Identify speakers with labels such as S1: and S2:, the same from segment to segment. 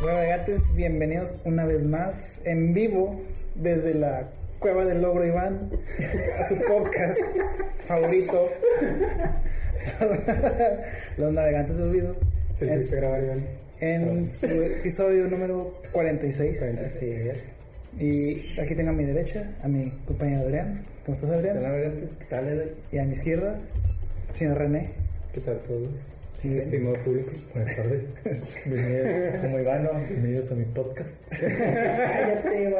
S1: Pelagates, bienvenidos una vez más en vivo desde la Cueva del Logro Iván a su podcast favorito, Los Navegantes del Olvido,
S2: Se lo hiciste grabar, Iván.
S1: en su episodio número 46.
S3: Así es.
S1: Y aquí tengo a mi derecha a mi compañero Adrián. ¿Cómo estás,
S3: Hola,
S1: Adrián?
S3: navegantes, ¿qué tal, Edel?
S1: Y a mi izquierda, señor René.
S2: ¿Qué tal a todos?
S1: Sí, bien.
S2: Estimado público, buenas tardes.
S3: Bienvenidos, como Ivano, bienvenidos a mi podcast.
S1: ¡Cállate,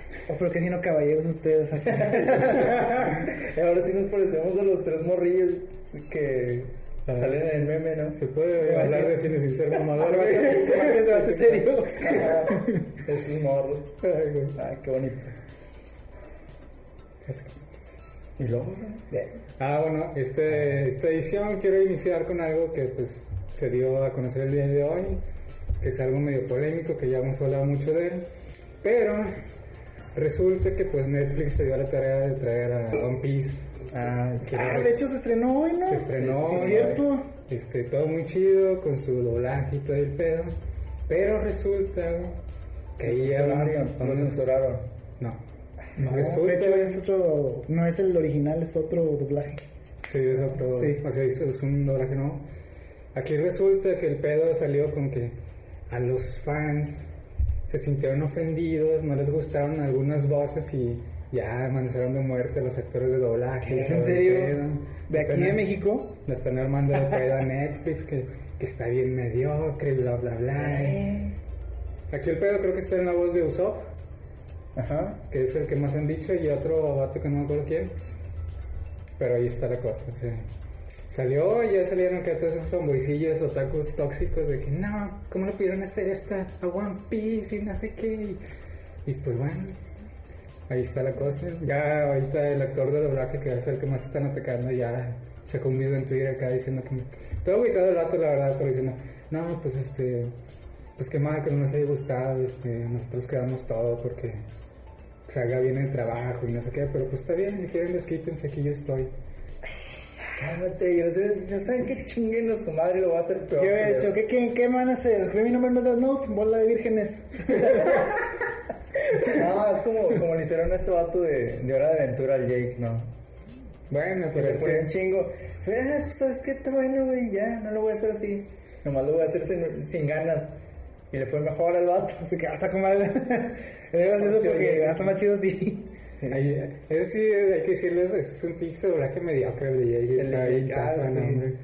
S1: Oh, pero qué fino caballeros ustedes.
S3: Ahora sí nos parecemos a los tres morrillos que
S2: Ah.
S3: salen en el meme, ¿no?
S2: Se puede hablar de cine sin ser mamador, güey.
S1: Debate, debate serio.
S3: Ah, Estos morros.
S2: Ay, güey.
S3: Ah, qué bonito.
S2: Es-
S3: Y luego, bien.
S2: Ah, bueno, este, esta edición quiero iniciar con algo que pues se dio a conocer el día de hoy, que es algo medio polémico, que ya hemos hablado mucho de él, pero resulta que pues Netflix se dio a la tarea de traer a One Piece.
S3: Ah, qué
S1: Ah, de hecho se estrenó hoy, ¿no?
S2: Se estrenó,
S1: Sí,
S2: ¿no?
S1: es cierto.
S2: Este, todo muy chido, con su doblaje y todo el pedo, pero resulta güey, que ahí hablan
S3: Lo censuraron.
S2: No.
S1: No,
S2: resulta,
S1: de hecho es otro... No es el original, es otro doblaje.
S2: Sí, es otro.
S1: Sí.
S2: O sea, es- es un doblaje nuevo. Aquí resulta que el pedo salió con que a los fans se sintieron ofendidos, no les gustaron algunas voces y ya amenazaron de muerte a los actores de doblaje.
S1: ¿Es
S2: todo
S1: en
S2: el
S1: serio?
S2: pedo.
S1: De aquí
S2: Están-
S1: de México.
S2: La están armando de pedo a Netflix, que, que está bien mediocre y bla bla bla. Aquí el pedo creo que está en la voz de Usopp,
S3: Ajá.
S2: que es el que más han dicho, y otro vato que no me acuerdo quién. Pero ahí está la cosa, o sea, Salió y ya salieron que todos esos fanboycillos otakus tóxicos de que no, ¿cómo le pudieron hacer esta a One Piece y no sé qué? Y pues bueno, ahí está la cosa. Ya ahorita el actor de doblaje que es el que más están atacando ya se conmigo en Twitter acá diciendo que... Todo ubicado el vato, la verdad, pero diciendo, no, pues este... Pues qué mal que no nos haya gustado, este, nosotros quedamos todo porque salga bien el trabajo y no sé qué, pero pues está bien, si quieren desquítense, aquí yo estoy.
S3: Cálmate, yo sé, ya saben que chinguen a su madre, lo va a hacer peor.
S1: ¿Qué he hecho?
S3: culero.
S1: ¿Qué, qué, qué van a hacer? Escribe mi nombre en las notes, bola de vírgenes.
S3: No, es como, como le hicieron a este vato de, de Hora de Aventura al Jake, ¿no?
S2: Bueno,
S3: Que
S2: pero
S3: les
S2: es
S3: ponía
S2: que...
S3: un chingo. Fue, Ah, pues sabes qué, está bueno, güey, ya, no lo voy a hacer así. Nomás lo voy a hacer sin, sin ganas. Y le fue mejor al vato.
S1: Así que hasta con madre. Debes eso
S3: chido,
S1: porque
S3: sí.
S1: hasta más chido sí.
S3: Sí.
S2: ahí- eso sí, hay que decirles, es un piso de doblaje mediocre el de Jay,
S3: El
S2: está
S3: de
S2: bien
S3: Jake,
S2: chafa,
S3: ah,
S2: no,
S3: sí.
S2: hombre.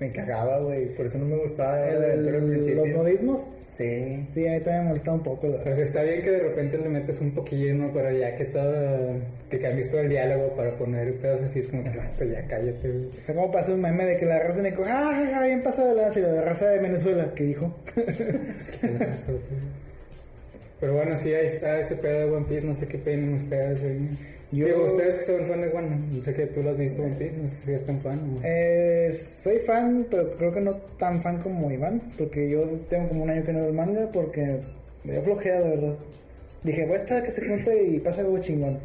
S3: Me cagaba, güey, por eso no me gustaba Hora
S1: El-
S3: de Aventura al Ah, principio.
S1: los modismos.
S3: Sí.
S1: Sí, a mí también me molesta un poco. la
S2: O
S1: verdad.
S2: sea, Pues está bien que de repente le metes un poquillo, pero ya que todo... Que cambies todo el diálogo para poner pedos así, es como que, "Ah, pues ya cállate, güey".
S1: Está como pasa un meme de que la raza de México, ah, ja, ja, bien pasada la y la raza de Venezuela, que dijo.
S2: Pero bueno, sí, ahí está ese pedo de One Piece, no sé qué penen ustedes. eh.
S1: Yo-
S2: Digo, ustedes que son fan de One, no sé que tú lo has visto One Piece, no sé si es tan fan. o-
S1: Eh, soy fan, pero creo que no tan fan como Iván, porque yo tengo como un año que no veo el manga porque me dio flojera, la verdad. Dije, voy a estar que se junte y pasa algo chingón.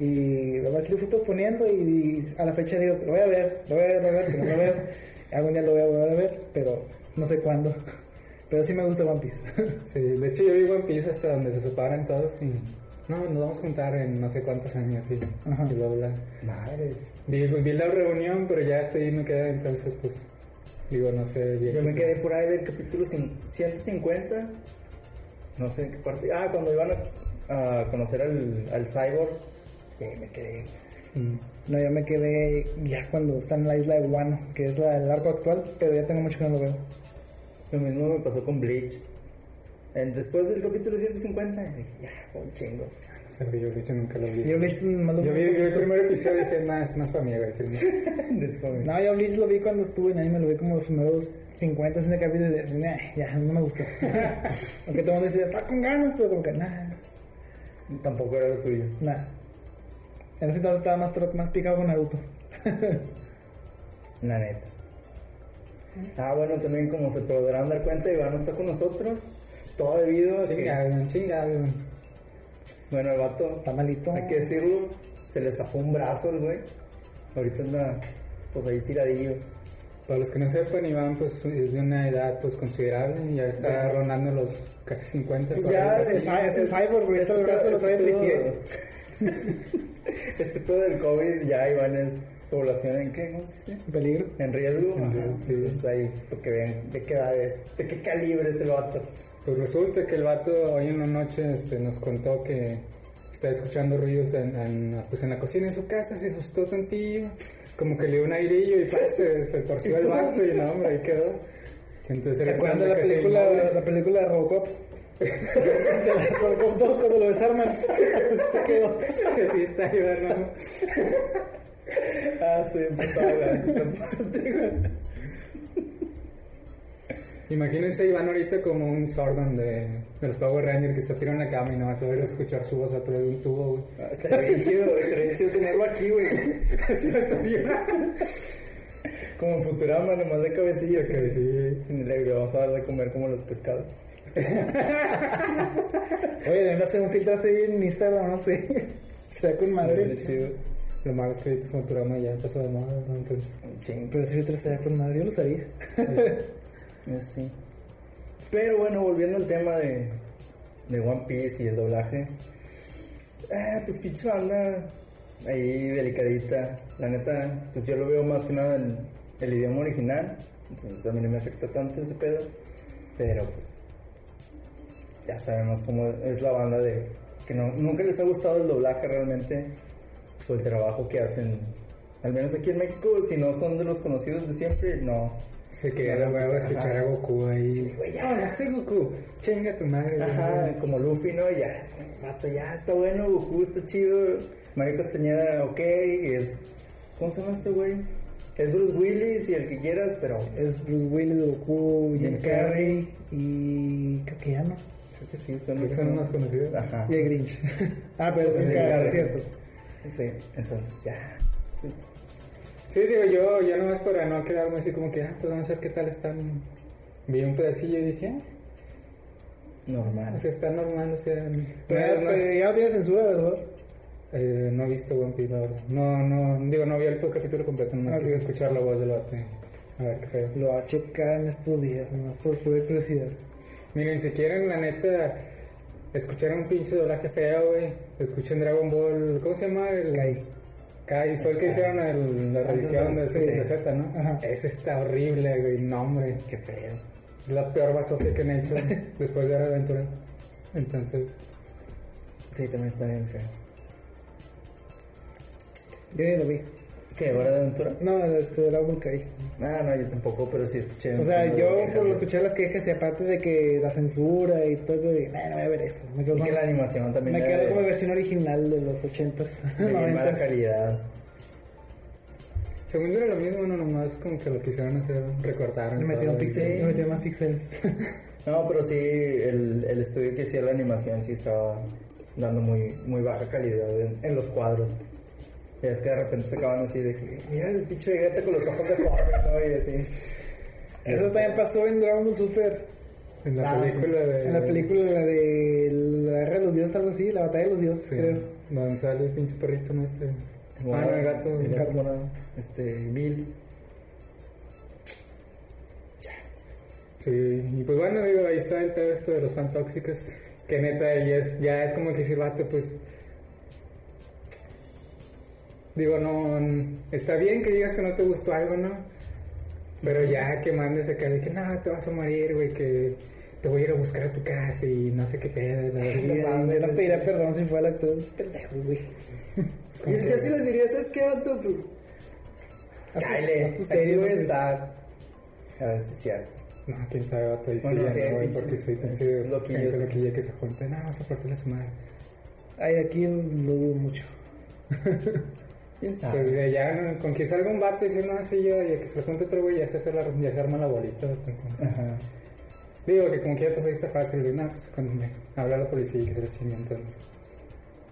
S1: Y además lo fui posponiendo y a la fecha digo, lo voy a ver, lo voy a ver, lo voy a ver, pero no lo veo. Algún día lo voy a volver a ver, pero no sé cuándo. Pero sí me gusta One Piece.
S2: Sí, de hecho yo vi One Piece hasta donde se separan todos y... No, nos vamos a juntar en no sé cuántos años y,
S1: Ajá.
S2: y bla, bla.
S3: Madre.
S2: Vi, vi la reunión, pero ya hasta ahí me quedé, entonces pues... Digo, no sé bien.
S3: Yo me quedé por ahí del capítulo cin- 150. No sé en qué parte. Ah, cuando iban a, a conocer al, al cyborg. Sí, me quedé.
S2: Mm.
S1: No, yo me quedé ya cuando está en la isla de Wano, que es la, el arco actual, pero ya tengo mucho que no lo veo.
S3: Lo mismo me pasó con Bleach. En- después del capítulo 150, dije, ya, un chingo.
S2: No sé, yo de hecho nunca lo vi.
S1: Yo
S2: Yo vi,
S1: Bleach más lo-
S2: Oh, yo vi el primer episodio y dije, nada, esto no es para mí, güey. sí, no".
S3: Después,
S1: No, yo Bleach lo vi cuando estuve en anime, lo vi como los primeros 50, 60 capítulos y nah, ya, no me gustó. Aunque todo el mundo decía, está con ganas, pero como que nada,
S3: Tampoco era lo tuyo.
S1: nada. En ese entonces estaba más, tro- más picado con Naruto.
S3: La neta. Ah, bueno, también como se podrán dar cuenta, Iván no está con nosotros. Todo debido a que-
S2: chingado, chingado.
S3: Bueno, el vato,
S1: Está malito.
S3: hay que decirlo, se le estafó un brazo al güey. Ahorita anda, pues ahí tiradillo.
S2: Para los que no sepan, Iván pues es de una edad pues considerable, ya está
S3: Ya. Pues
S2: rondando los casi 50.
S1: Pues Ya,
S2: 40.
S1: es, es, un cyborg, güey. Este brazo lo trae
S3: este
S1: tripié.
S3: Este pedo del COVID ya, Iván, es población en qué, ¿cómo se dice?
S1: Peligro.
S3: En riesgo.
S2: En
S3: Ajá,
S2: riesgo, sí.
S3: Entonces ahí, porque ven de qué edad es, de qué calibre es el vato.
S2: Pues resulta que el vato hoy en la noche este, nos contó que estaba escuchando ruidos en, en- pues en la cocina de su casa, se asustó tantillo, como que le dio un airillo y pa, se, se torció el vato y no, hombre, ahí quedó. Entonces
S1: ¿Se
S2: era
S1: acuerdan
S2: cuando
S1: de la
S2: que se
S1: película,
S2: inmóvil.
S1: la película de Robocop? de la Robocop 2 cuando lo desarman. Se quedó.
S2: Sí, está ahí, ¿no?
S3: Ah, estoy empezando a parte,
S2: Imagínense a Iván ahorita como un Sordon de, de los Power Rangers que está tirado en la cama y no vas a ver escuchar su voz a través de un tubo, güey.
S3: güey. Estaría bien chido, güey, estaría bien chido tenerlo aquí, güey.
S2: Así lo estaría.
S3: Como en Futurama, nomás de cabecillas.
S2: Que sí.
S3: Le vamos a dar de comer como los pescados.
S1: Oye, deberían hacer un filtro así en Instagram, no sé. Será con madre.
S3: Estaría chido.
S2: Lo malo es que ahorita Futurama ya pasó de moda, ¿no? Entonces,
S3: Un chingo.
S1: Pero ese filtro será con madre, yo lo usaría.
S3: Sí. Pero bueno, volviendo al tema de, de One Piece y el doblaje. Ah, pues pinche banda ahí delicadita. La neta, pues yo lo veo más que nada en el idioma original. Entonces a mí no me afecta tanto ese pedo. Pero pues ya sabemos cómo es la banda de... Que no, nunca les ha gustado el doblaje realmente por el trabajo que hacen. Al menos aquí en México, si no son de los conocidos de siempre, no.
S2: se queda, güey, a escuchar a Goku ahí. pues, Sí, güey, ya van a ser Goku. Chinga tu madre, güey.
S3: Ajá, como Luffy, ¿no? Ya, es como, vato, ya está bueno, Goku está chido, Mario Castañeda, ok, es... ¿Cómo se llama este güey? Es Bruce Willis y el que quieras, pero...
S1: Es Bruce Willis, Goku, Jim Carrey y creo que ya no.
S3: Creo que sí, son
S2: Estos son los más conocidos.
S3: Ajá.
S1: Y el Grinch. ah, pero es
S3: Sí,
S1: Jim
S3: Jim
S1: Carrey,
S3: Carrey.
S1: cierto.
S3: Sí, entonces ya.
S2: Sí, digo, yo ya no es para no quedarme así como que, ah, pues vamos a ver qué tal están. Vi un pedacillo y dije, ah, o
S3: Normal.
S2: sea, está normal, o sea. no-
S1: Pero,
S2: no-
S1: pero ya no tiene censura, ¿verdad?
S2: Eh, no he visto One Piece, la verdad. No, no, digo, no vi el capítulo completo, nomás
S1: Ok.
S2: quise escuchar la voz del vato. A ver qué pedo.
S1: Lo va a checar en estos días, nomás por pura curiosidad.
S2: Miren, si quieren, la neta, escuchar un pinche doblaje feo, güey. Escuchen Dragon Ball, ¿cómo se llama? El...
S1: Kai.
S2: Kai, fue el que hicieron el- la revisión de
S1: sí.
S2: ese Z, ¿no?
S1: Ajá.
S2: Ese está horrible, güey. No, hombre.
S3: Qué feo.
S2: Es la peor basofia que han hecho después de la aventura. Entonces,
S3: Sí, también está bien feo.
S1: Yo ni lo vi.
S3: ¿Qué, Hora de Aventura?
S1: No, este Dragon Ball Kai.
S3: Ah, no, yo tampoco, pero sí escuché.
S1: O
S3: un
S1: sea,
S3: chingo de
S1: yo
S3: quejas,
S1: por
S3: güey.
S1: escuchar las quejas y aparte de que la censura y todo, y, "Nah, no voy a ver eso. Me quedo
S3: Y
S1: con,
S3: que la animación también
S1: me
S3: era
S1: quedé
S3: de-
S1: con la versión original de los 80s,
S3: de bien mala
S1: 90s.
S3: calidad.
S2: según yo era lo mismo, no nomás como que lo quisieron hacer, recortaron.
S1: Me metieron
S2: todo y-
S1: pixel, me metieron más pixeles.
S3: No, pero sí, el, el estudio que hacía la animación sí estaba dando muy, muy baja calidad en, en los cuadros. Y es que de repente se acaban así de que, mira el pinche Vegeta con los ojos de Jorge, ¿no? Y así.
S1: Eso también pasó en Dragon Ball Super.
S2: En la
S3: Ah, sí.
S2: película de.
S1: En la película la de la guerra de los dioses, algo así, la batalla de los dioses,
S2: Sí,
S1: creo.
S2: Donde sale el pinche perrito, no este. Ah, no, el gato.
S3: El
S2: El
S3: gato morado. Este, Bills.
S2: Sí, y pues bueno, digo, ahí está el pedo esto de los fan tóxicos. Que neta, ya es, ya es como que si vato, pues. Digo, no. Está bien que digas que no te gustó algo, ¿no? Pero ya que mandes acá de que no, te vas a morir, güey, que te voy a ir a buscar a tu casa y no sé qué pedo. la
S1: Y
S2: verga".
S1: a me pedirá perdón si fue al actor. Es pendejo, güey.
S2: Es
S3: Y
S2: como
S3: yo
S2: que-
S3: sí les diría, ¿sabes qué, vato? Pues,
S1: Haz tu-
S3: cállate,
S1: haz tu
S3: aquí
S1: serie,
S3: voy a
S1: no sé.
S3: estar. A ver si es cierto.
S2: No, quién sabe, vato. Y sí,
S3: Bueno,
S2: ya
S3: sí,
S2: no, güey,
S3: pinches-
S2: porque soy pinche
S3: pinches loquillos.
S2: gente loquilla que se junta. No, vamos a partirle a su madre.
S1: Ay, aquí lo dudo mucho.
S3: ¿Quién sabe?
S2: Pues de ya, ¿no? con que salga un vato y dice, no, sí, yo, y que se junte otro güey, ya se, hace la, ya se arma la bolita. Entonces,
S3: Ajá.
S2: digo que como quiera, pues ahí está fácil, de, no, pues cuando me habla la policía y que se lo chingue, entonces.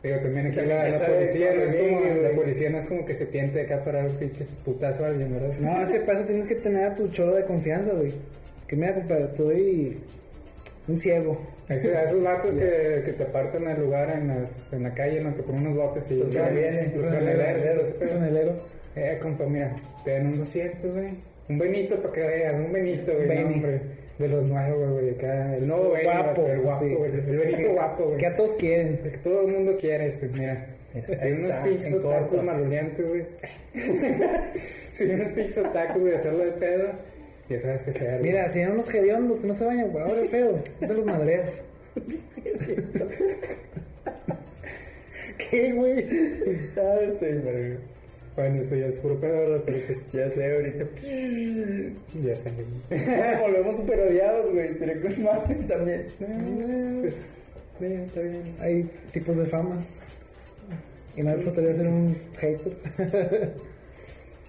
S2: Digo, también aquí la,
S3: También
S2: la
S3: sabe
S2: policía no
S3: cuando
S2: es como,
S3: llegue,
S2: la
S3: güey.
S2: policía no es como que se tiente acá para dar un pinche putazo a alguien, ¿verdad?
S1: No, es que para eso tienes que tener a tu cholo de confianza, güey. Que mira, compadre, estoy un ciego.
S2: Ese- a esos vatos que, que te apartan el lugar en, las, en la calle, en lo que ponen unos botes y...
S3: Los
S2: Pues ya,
S1: Pues
S3: camioneros,
S2: los
S1: Tonelero,
S2: camioneros,
S1: tonelero.
S2: eh, compa, mira, te dan un 200, güey. Un Benito para que veas, un Benito, güey.
S1: Beni.
S2: no, hombre, de los nuevos, güey, acá. El nuevo Beni,
S1: Guapo,
S2: pero el guapo,
S1: sí.
S2: güey. El Benito guapo, güey.
S1: Que a todos quieren.
S2: El que todo el mundo quiere, este, mira.
S3: Mira,
S2: Hay
S3: ahí
S2: unos
S3: está,
S2: pinches
S3: en corto.
S2: otakus maluleantes, güey. Si hay unos pinches otakus, güey, hacerlo de pedo. Ya sabes que sea. güey.
S1: Mira, si eran unos hediondos que no se vayan, güey. Ahora es feo. Es de los madreas.
S3: ¿Qué, güey? Ah, estoy verga.
S2: Bueno, eso ya es puro pedo, ¿verdad? pero pues
S3: Ya sé, ahorita.
S2: ya saben.
S3: Volvemos super odiados, güey. Estaré con madre también.
S2: Pues, bien, está bien.
S1: Hay tipos de famas. Y no me gustaría ser un hater.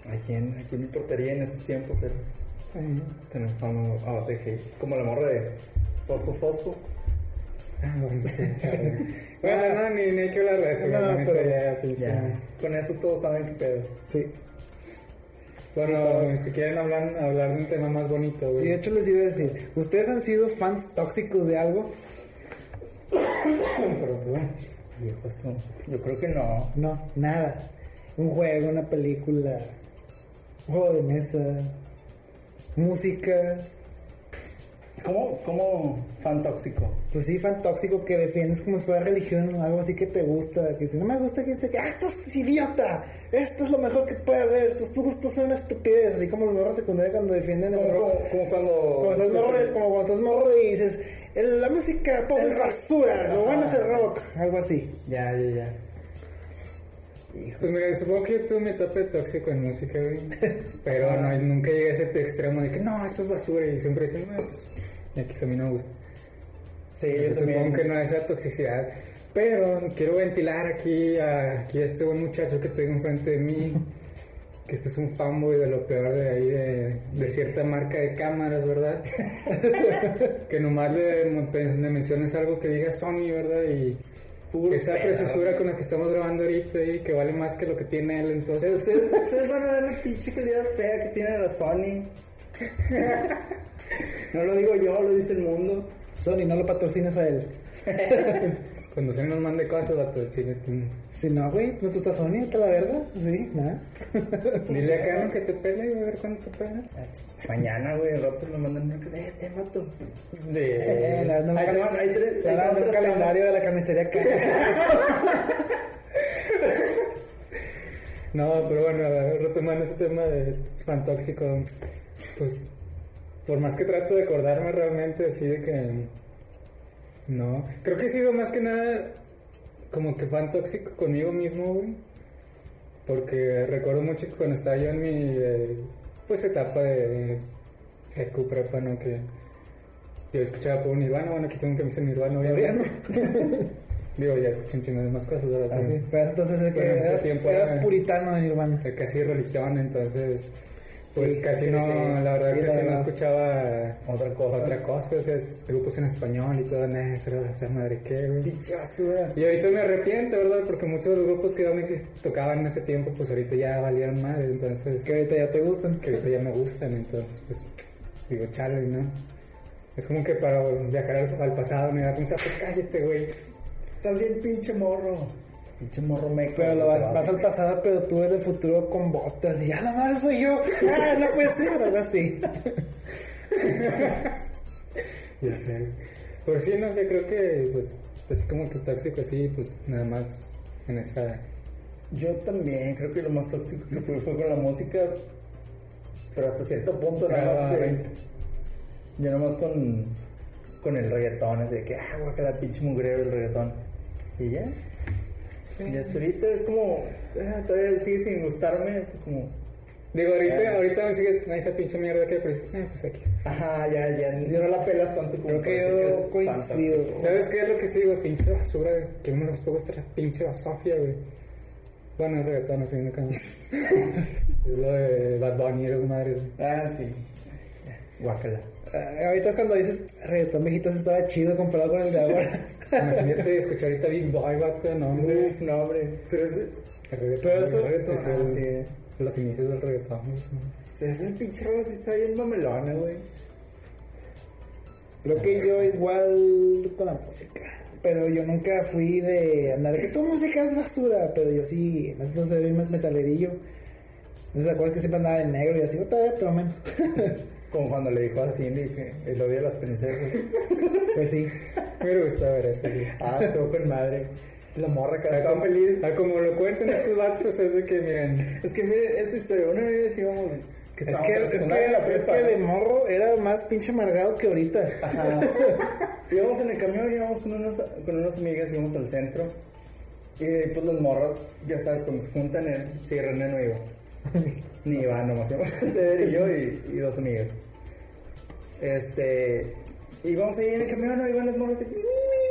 S3: ¿A quién? ¿A quién me importaría en estos tiempos ser?
S2: Sí.
S3: Tener fama a base de hate. Como la morra de Fosco Fosco.
S2: Ah, bueno, sí, chale. Bueno, no, ni, ni hay que hablar de eso,
S1: No,
S2: la neta,
S1: pero
S2: ya, pinche.
S3: Ya. Con eso todos saben qué pedo.
S1: sí.
S2: Bueno, eh, si quieren hablar, hablar de un tema más bonito,
S1: Sí,
S2: güey.
S1: de hecho les iba a decir, ¿ustedes han sido fans tóxicos de algo?
S2: Pero bueno,
S3: Viejo, esto- Yo creo que no.
S1: No, nada. Un juego, una película, un juego de mesa, música.
S3: ¿Cómo, cómo fan tóxico?
S1: Pues sí, fan tóxico que defiendes como si fuera religión o algo así que te gusta. Que si no me gusta, que dice que, ¡ah, estás idiota! Esto es lo mejor que puede haber. Tus tus gustos son una estupidez. Así como los morros secundarios cuando defienden el
S3: Como,
S1: rock.
S3: como- como
S1: Como
S3: cuando.
S1: estás morro, como cuando estás morro y dices, "El- la música pop es basura, lo bueno es el rock. Algo así.
S3: Ya, ya, ya.
S2: Pues mira, supongo que yo tuve mi etapa de tóxico en música, güey. Pero no, nunca llegué a ese extremo de que no, eso es basura. Y siempre dicen, no, pues, X a mí no me gusta.
S3: Sí,
S2: Yo
S3: yo
S2: supongo
S3: también.
S2: que no es la toxicidad. Pero quiero ventilar aquí a aquí a este buen muchacho que tengo enfrente de mí. Que este es un fanboy de lo peor de ahí, de, de cierta marca de cámaras, ¿verdad? que nomás le, le menciones algo que diga Sony, ¿verdad? Y
S3: Puro
S2: esa
S3: pedo.
S2: preciosura con la que estamos grabando ahorita y que vale más que lo que tiene él, entonces.
S3: Ustedes, ustedes van a ver la pinche calidad fea que tiene la Sony. No lo digo yo, lo dice el mundo.
S1: Sony, no lo patrocines a él.
S2: Cuando se nos mande cosas, vato, chile, tú-
S1: Si no, güey, no tú estás Sony, te la verga. Sí, nada.
S2: Dile a Canon que te pele y a ver cuándo te pela.
S3: Mañana, güey, al rato nos mandan un eh, te mato.
S1: Eh,
S3: De...
S1: la- no,
S3: Ahí te
S1: cal-
S3: van, ahí tres-
S1: te
S3: ahí
S1: van a dar un
S3: otras
S1: calendario de la carnicería que
S2: No, pero bueno, retomando ese tema de fan tóxico, pues por más que trato de acordarme realmente así de que no, creo que he sido más que nada como que fan tóxico conmigo mismo, güey. Porque recuerdo mucho que cuando estaba yo en mi eh, pues etapa de secu prepa, ¿no? Que yo escuchaba por Nirvana, bueno, aquí tengo que camisa de Nirvana,
S1: Nirvana.
S2: obviamente. Digo, ya escuché un chingo de más cosas, ¿verdad?
S1: Así,
S2: También
S1: pero entonces es que
S2: Bueno, en ese
S1: eras,
S2: tiempo
S1: eras
S2: era-
S1: puritano de Nirvana.
S2: de casi religión, entonces pues
S1: Sí,
S2: casi
S1: sí,
S2: no,
S1: sí.
S2: la verdad
S1: Sí,
S2: que
S1: la
S2: casi no
S1: verdad.
S2: escuchaba
S3: Otra cosa.
S2: otra cosa, o sea, es grupos en español y todo, nada, eso era esa madre que, güey.
S3: Pinche basura.
S2: Y ahorita me arrepiento, ¿verdad? Porque muchos de los grupos que aún exist- tocaban en ese tiempo, pues ahorita ya valían madre, entonces,
S1: Que
S2: que
S1: ahorita ya te gustan.
S2: ahorita ya me gustan, entonces, pues, digo, chale, ¿no? Es como que para viajar al, al pasado me da un sapo, cállate, güey.
S3: Estás bien pinche morro. Pinche morro meco.
S1: Pero lo
S3: güey,
S1: vas,
S3: te
S1: vas al pasado, pero tú eres el futuro con botas. Y a la madre soy yo. Ah, no puede ser, algo así.
S2: Ya sé. Por Este, pues sí, no sé, creo que, pues, así como que tóxico así, pues, nada más en esa...
S3: Yo también, creo que lo más tóxico que fue fue con la música. Pero hasta cierto punto Pues nada
S2: Ah,
S3: más que-
S2: veinte.
S3: Yo nomás con, con el reggaetón, así de que, ah, guacala, pinche mugrero el reggaetón. Y ya. Y hasta ahorita es como, ah, todavía sigue sin gustarme, así como,
S2: Digo, ahorita,
S3: Ah.
S2: ahorita me sigues con esa pinche mierda que pues, eh, pues aquí.
S3: ajá, ya, ya, yo no la pelas tanto
S1: Creo
S3: como
S1: que
S3: para decir
S1: yo
S3: eres fan
S1: coincido.
S3: tóxico.
S2: ¿Sabes qué es lo que sigo? Pinche basura, güey. que me los puedo esta pinche basofia, güey. Bueno, es reggaetón, al fin de cuentas. es lo de Bad Bunny y esas madres, güey.
S3: Ah, sí. Guacala.
S1: Ah, ahorita es cuando dices, reggaetón viejito, eso estaba chido comparado con el de ahora.
S2: Imagínate escuchar ahorita Big Boy, vato, no, hombre.
S3: Uf, no, hombre. Pero es,
S2: El reggaetón,
S1: Pero eso-
S2: el reggaetón,
S3: ah,
S2: el-
S3: sí.
S2: Los inicios del reggaetón, güey, son-
S3: ese pinche rola sí está bien mamelona, güey.
S1: Creo que yo igual con la música. Pero yo nunca fui de andar de que tu música es basura. Pero yo sí, no sé, soy más metalerillo. ¿No se acuerdan que siempre andaba de negro y así? Otra vez, pero menos.
S3: Como cuando le dijo a Cindy que el odio a las princesas.
S1: pues sí.
S2: Me gusta ver eso. güey.
S3: Ah, estuvo con madre. La morra
S2: Ah,
S3: cada
S2: como-
S3: tan feliz.
S2: ah, como lo cuentan estos vatos, es de que miren.
S3: Es que miren, esta historia, una vez íbamos. Que
S1: Es
S3: estábamos
S1: que,
S3: en la
S1: es,
S3: secundaria, en la
S1: que, es
S3: prepa,
S1: que
S3: ¿no?
S1: de morro era más pinche amargado que ahorita.
S3: Ajá. íbamos en el camión, íbamos con unas, con unas amigas, íbamos al centro. Y pues los morros, ya sabes, cuando se juntan, eh, sí, René no iba. Ni iba, nomás íbamos Ceder y yo y, y dos amigas. Este. Íbamos ahí en el camión, no iban las morras. de que, "Mi, mi,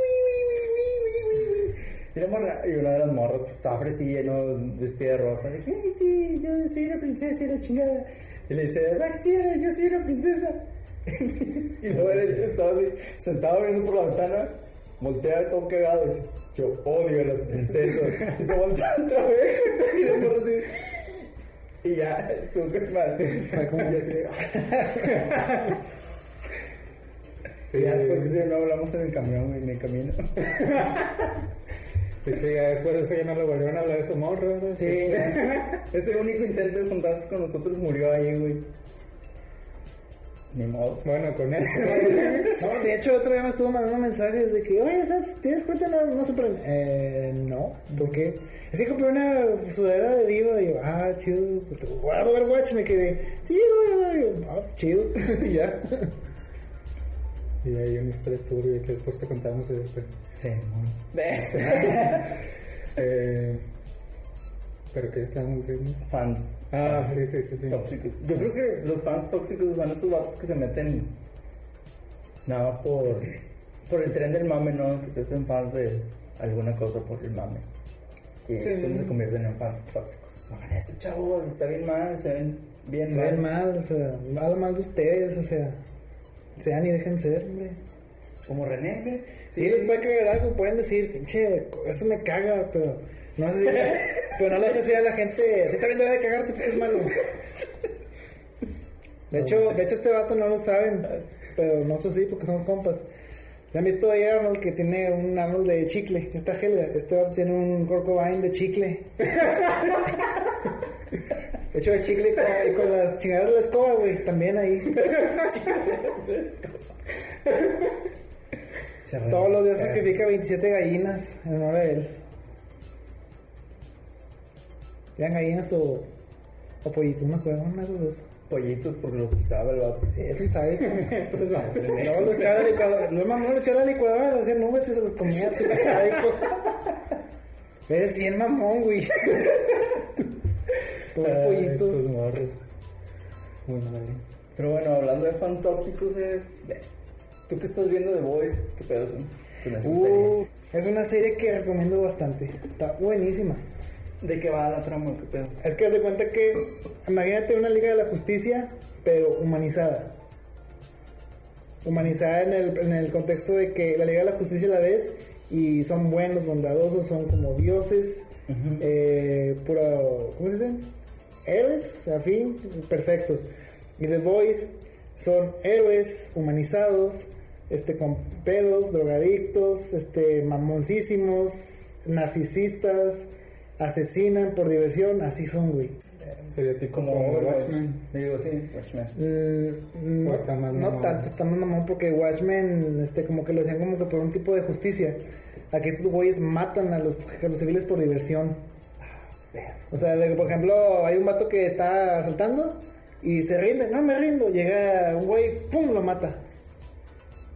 S3: mi, mi, mi, mi, mi, mi". Y la morra, y una de las morras pues, estaba fresilla, ¿no? vestida de rosa. De que, "Ay, sí, yo soy una princesa y la chingada. Y le dice, Maxiera, yo soy una princesa. Y luego él estaba así, sentado viendo por la ventana, voltea todo cagado y dice, yo odio a las princesas. Y se voltea otra vez y la morra así. Y ya, estuvo con madre. Fue como yo así,
S2: Sí,
S3: ya después de eso no hablamos en el camión, güey, en el camino.
S2: de hecho, ya después de eso ya no lo volvieron a hablar de su morro. ¿no?
S3: ya. Ese único intento de juntarse con nosotros murió ahí, güey. Ni modo.
S2: Bueno, con él.
S1: No, de hecho, el otro día me estuvo mandando mensajes de que, oye, ¿sabes? ¿tienes cuenta en la- una super.? Eh, no, ¿por qué? Es que compré una sudadera de Diva y yo, ah, chido. Voy a Overwatch, me quedé, sí, güey, y yo, ah, chido, y ya.
S2: Y hay una historia turbia que después te contamos. De, Este,
S3: Sí,
S2: eh, pero que estamos diciendo.
S3: Fans
S2: Ah, sí, sí, sí. sí.
S3: tóxicos. Yo creo que los fans tóxicos van a esos vatos que se meten nada más por, por el tren del mame, ¿no? Que se hacen fans de alguna cosa por el mame. Y
S2: Sí.
S3: después se convierten en fans tóxicos. Oigan, estos chavos está bien mal, se ven bien
S1: Se
S3: mal.
S1: ven mal, o sea, habla mal de ustedes, o sea, sean y dejen ser, hombre.
S3: Como René, güey.
S1: Sí, les puede cagar algo, pueden decir, pinche, esto me caga, pero no sé si, pero no le haces decir a la gente, a ti también debe de cagarte, porque es malo. De hecho, de hecho este vato no lo saben, pero nosotros sí, porque somos compas. ¿Se han visto ahí a Arnold que tiene un Arnold de chicle? Esta Helga, este vato tiene un Corcovine de chicle. De hecho, de chicle con, con las chingaderas de la escoba, güey, también ahí.
S3: Se ven-
S1: Todos los días
S3: se ven-
S1: sacrifica 27 gallinas en honor a él. Eran gallinas o, o pollitos, no me acuerdo, una de esas dos.
S3: pollitos porque los pisaba el vato.
S1: Es un sádico.
S2: Estos vatos.
S1: Pues Luego lo echaba a la licuadora, lo mamón lo echaba a la licuadora, lo hacía nubes y se los comía, así de sádico. Eres bien mamón, güey. Pobres
S2: Ah,
S1: pollitos.
S2: Estos morros. Muy mal. ¿eh?
S3: Pero bueno, hablando de fan tóxicos, eh, ve, ¿tú qué estás viendo de Boys? ¿Qué pedo con con esa serie?
S1: Uh, es una serie que recomiendo bastante. Está buenísima.
S3: ¿De qué va la trama? ¿Qué pedo?
S1: Es que haz de cuenta que, imagínate una Liga de la Justicia, pero humanizada. Humanizada en el, en el contexto de que la Liga de la Justicia la ves y son buenos, bondadosos, son como dioses, eh, puro, ¿cómo se dice? Héroes, a fin, perfectos. Y The Boys son héroes humanizados, este, con pedos, drogadictos, este, mamoncísimos, narcisistas, asesinan por diversión, así son, güey.
S2: Sería tipo
S3: Como
S2: Watchmen.
S3: Watchmen. Digo, sí, Watchmen.
S1: Mm,
S2: O
S1: no,
S2: está más
S1: no
S2: mamón.
S1: tanto, está más mamón porque Watchmen, este, como que lo hacían como que por un tipo de justicia. Aquí estos güeyes matan a los, a los civiles por diversión. O sea, de que, por ejemplo, hay un vato que está asaltando y se rinde, no me rindo, llega un güey, pum, lo mata.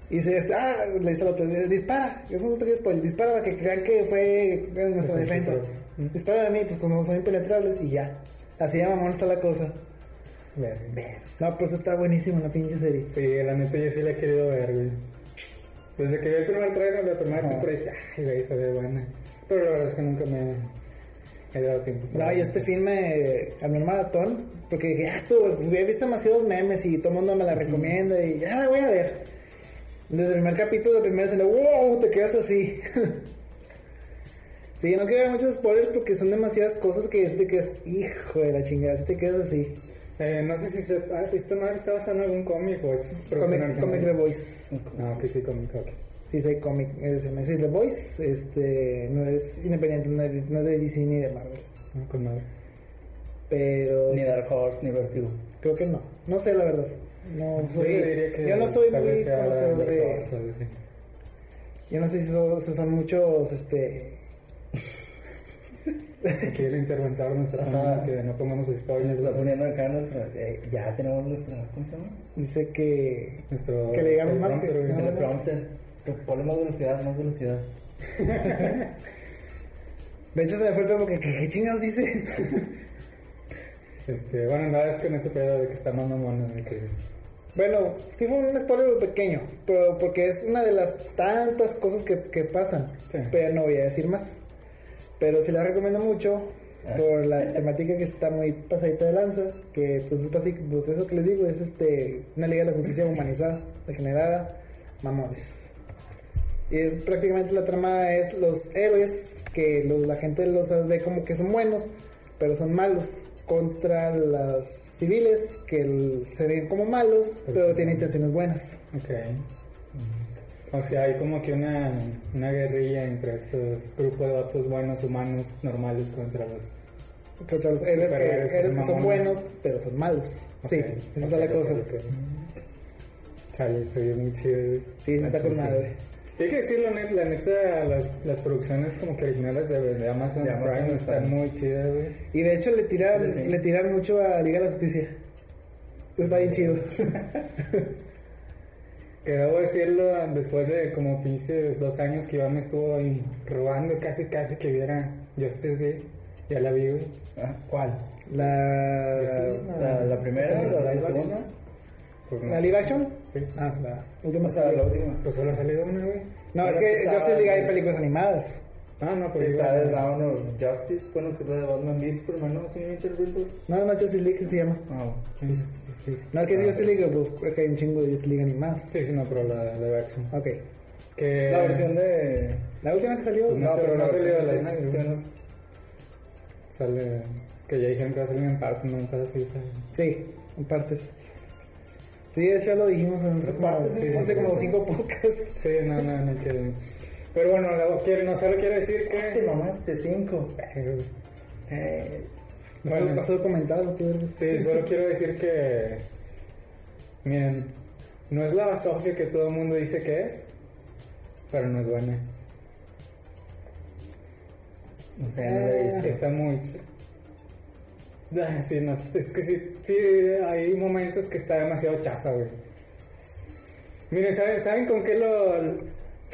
S1: Y dice, este, ah, le dice al otro, dispara, es un pequeño spoiler, dispara para que crean que fue en nuestra
S2: Defensa.
S1: defensa. Dispara a mí, pues como son impenetrables y ya. Así de mamón está la cosa.
S2: Verga.
S1: No, pues está buenísimo la pinche serie.
S2: Sí, la neta yo sí la he querido ver, güey. Desde que vi el primer trailer de la primera
S1: Ajá.
S2: temporada dije, ay, güey, se ve buena. Pero la verdad es que nunca me he dado tiempo.
S1: No, y este fin me cambié un maratón porque dije, ah, tú, he visto demasiados memes y todo el mundo me la recomienda y ya la voy a ver. Desde el primer capítulo del primer escena, wow, te quedas así. sí, no quiero ver muchos spoilers porque son demasiadas cosas que te quedas, hijo de la chingada, si te quedas así.
S2: Eh, no sé si se, ah, esta madre está basada en algún cómic o es
S1: Comic, comic The Voice.
S2: No, que sí, cómic, ok.
S1: Sí, soy comic, eh, se me dice The Voice, este, no es independiente, no es, no es de DC ni de Marvel.
S2: No, con madre.
S1: Pero
S3: Ni Dark Horse, ni Vertigo.
S1: creo que no. No sé, la verdad. No
S2: Yo
S1: soy,
S2: diría que
S1: yo no soy
S2: tal vez
S1: muy
S2: sea
S1: conocedor
S2: Dark
S1: de...
S2: Horse, algo así.
S1: Yo no sé si son, si son muchos, este...
S2: Quiere interventar nuestra fama, que no pongamos
S3: Hoy nos
S2: spoilers.
S3: está Ah, poniendo acá nuestra. eh, ya tenemos nuestra. ¿Cómo se llama?
S1: Dice que...
S2: Nuestro
S1: Que le digamos más que- no,
S2: teleprompter, güey.
S1: no, no.
S3: Teleprompter. Ponle más velocidad, más velocidad.
S1: De hecho se me fue el pedo porque ¿qué chingados dice?
S2: Este, bueno, nada, es con ese pedo de que está más mamona, de que...
S1: bueno, sí fue un spoiler pequeño, pero porque es una de las tantas cosas que, que pasan.
S2: Sí.
S1: Pero no voy a decir más. Pero sí la recomiendo mucho
S2: Ah.
S1: por la temática que está muy pasadita de lanza, que pues es basi- pues eso que les digo, es este una liga de la justicia humanizada, degenerada, mamones. Y es prácticamente la trama es los héroes que los- la gente los ve como que son buenos, pero son malos contra las civiles que el- se ven como malos, pero tienen intenciones buenas.
S2: Ok. O sea, hay como que una, una guerrilla entre estos grupos de vatos buenos, humanos, normales contra los...
S1: Contra los héroes que,
S2: Superhéroes que
S1: héroes
S2: son
S1: que son
S2: mamones.
S1: buenos, pero son malos. Sí,
S2: Ok,
S1: esa es
S2: ok,
S1: la
S2: ok,
S1: cosa.
S2: ok. Chale, se vio muy chido, güey.
S1: Sí, sí está con
S2: Entonces,
S1: madre.
S2: Hay que decirlo, net- la neta, las, las producciones como que originales de, de Amazon,
S3: De Amazon
S2: Prime están
S3: están-
S2: muy chidas, güey.
S1: Y de hecho le tiran,
S3: Sí, sí.
S1: le tiran mucho a Liga de la Justicia. Está bien chido.
S2: Que debo decirlo, después de como pinches dos años que Iván me estuvo ahí robando casi casi que viera Justice League, ya la vi, güey.
S3: Ah, ¿Cuál?
S1: La,
S3: Ah, La, la primera, la, la segunda.
S2: Pues no
S1: la
S2: sé.
S1: live action.
S2: Sí, sí.
S1: Ah, la
S3: O
S1: última.
S3: sea, la última.
S2: Pues solo ha salido una, güey.
S1: No, es
S3: Ahora
S1: que
S3: está-
S1: yo te digo, hay películas animadas.
S2: Ah, no, pues
S3: Está
S2: igual.
S3: The Down of Justice, bueno, que es la de Batman v Superman, ¿no? ¿Sí me interpreto?
S1: No, no, Justice League se llama.
S3: Ah, bueno.
S2: pues
S1: No, es que si Justice League, pues es que hay un chingo de Justice League animadas.
S2: Sí, sí, no, pero la de live action.
S1: Ok.
S2: Que...
S3: La versión de...
S1: La última que
S3: Pues
S1: salió,
S2: No, pero no
S3: la
S2: ha salido
S3: versión
S2: la
S3: de-
S2: Snyder, güey.
S3: no sé.
S2: Sale... Que ya dijeron que va a salir en parte, no, Entonces así, ¿sabes?
S1: sí, en partes. Sí, de hecho lo dijimos en otras partes,
S2: partes, sí,
S1: hace
S2: sí,
S1: como
S2: sí.
S1: cinco podcasts.
S2: Sí, no, no, no quiero... Pero bueno, luego quiero, no solo quiero decir
S3: Te
S2: que...
S3: mamaste, cinco. Eh,
S1: Bueno,
S2: Bueno.
S1: pasó comentado lo que
S2: Sí, solo quiero decir que... Miren, no es la basofia que todo el mundo dice que es, pero no es buena.
S3: no sé, no la he visto.
S2: Está muy... ch- Ah, Sí, no, es que sí, sí, hay momentos que está demasiado chafa, güey. Miren, ¿saben, ¿saben con qué lo,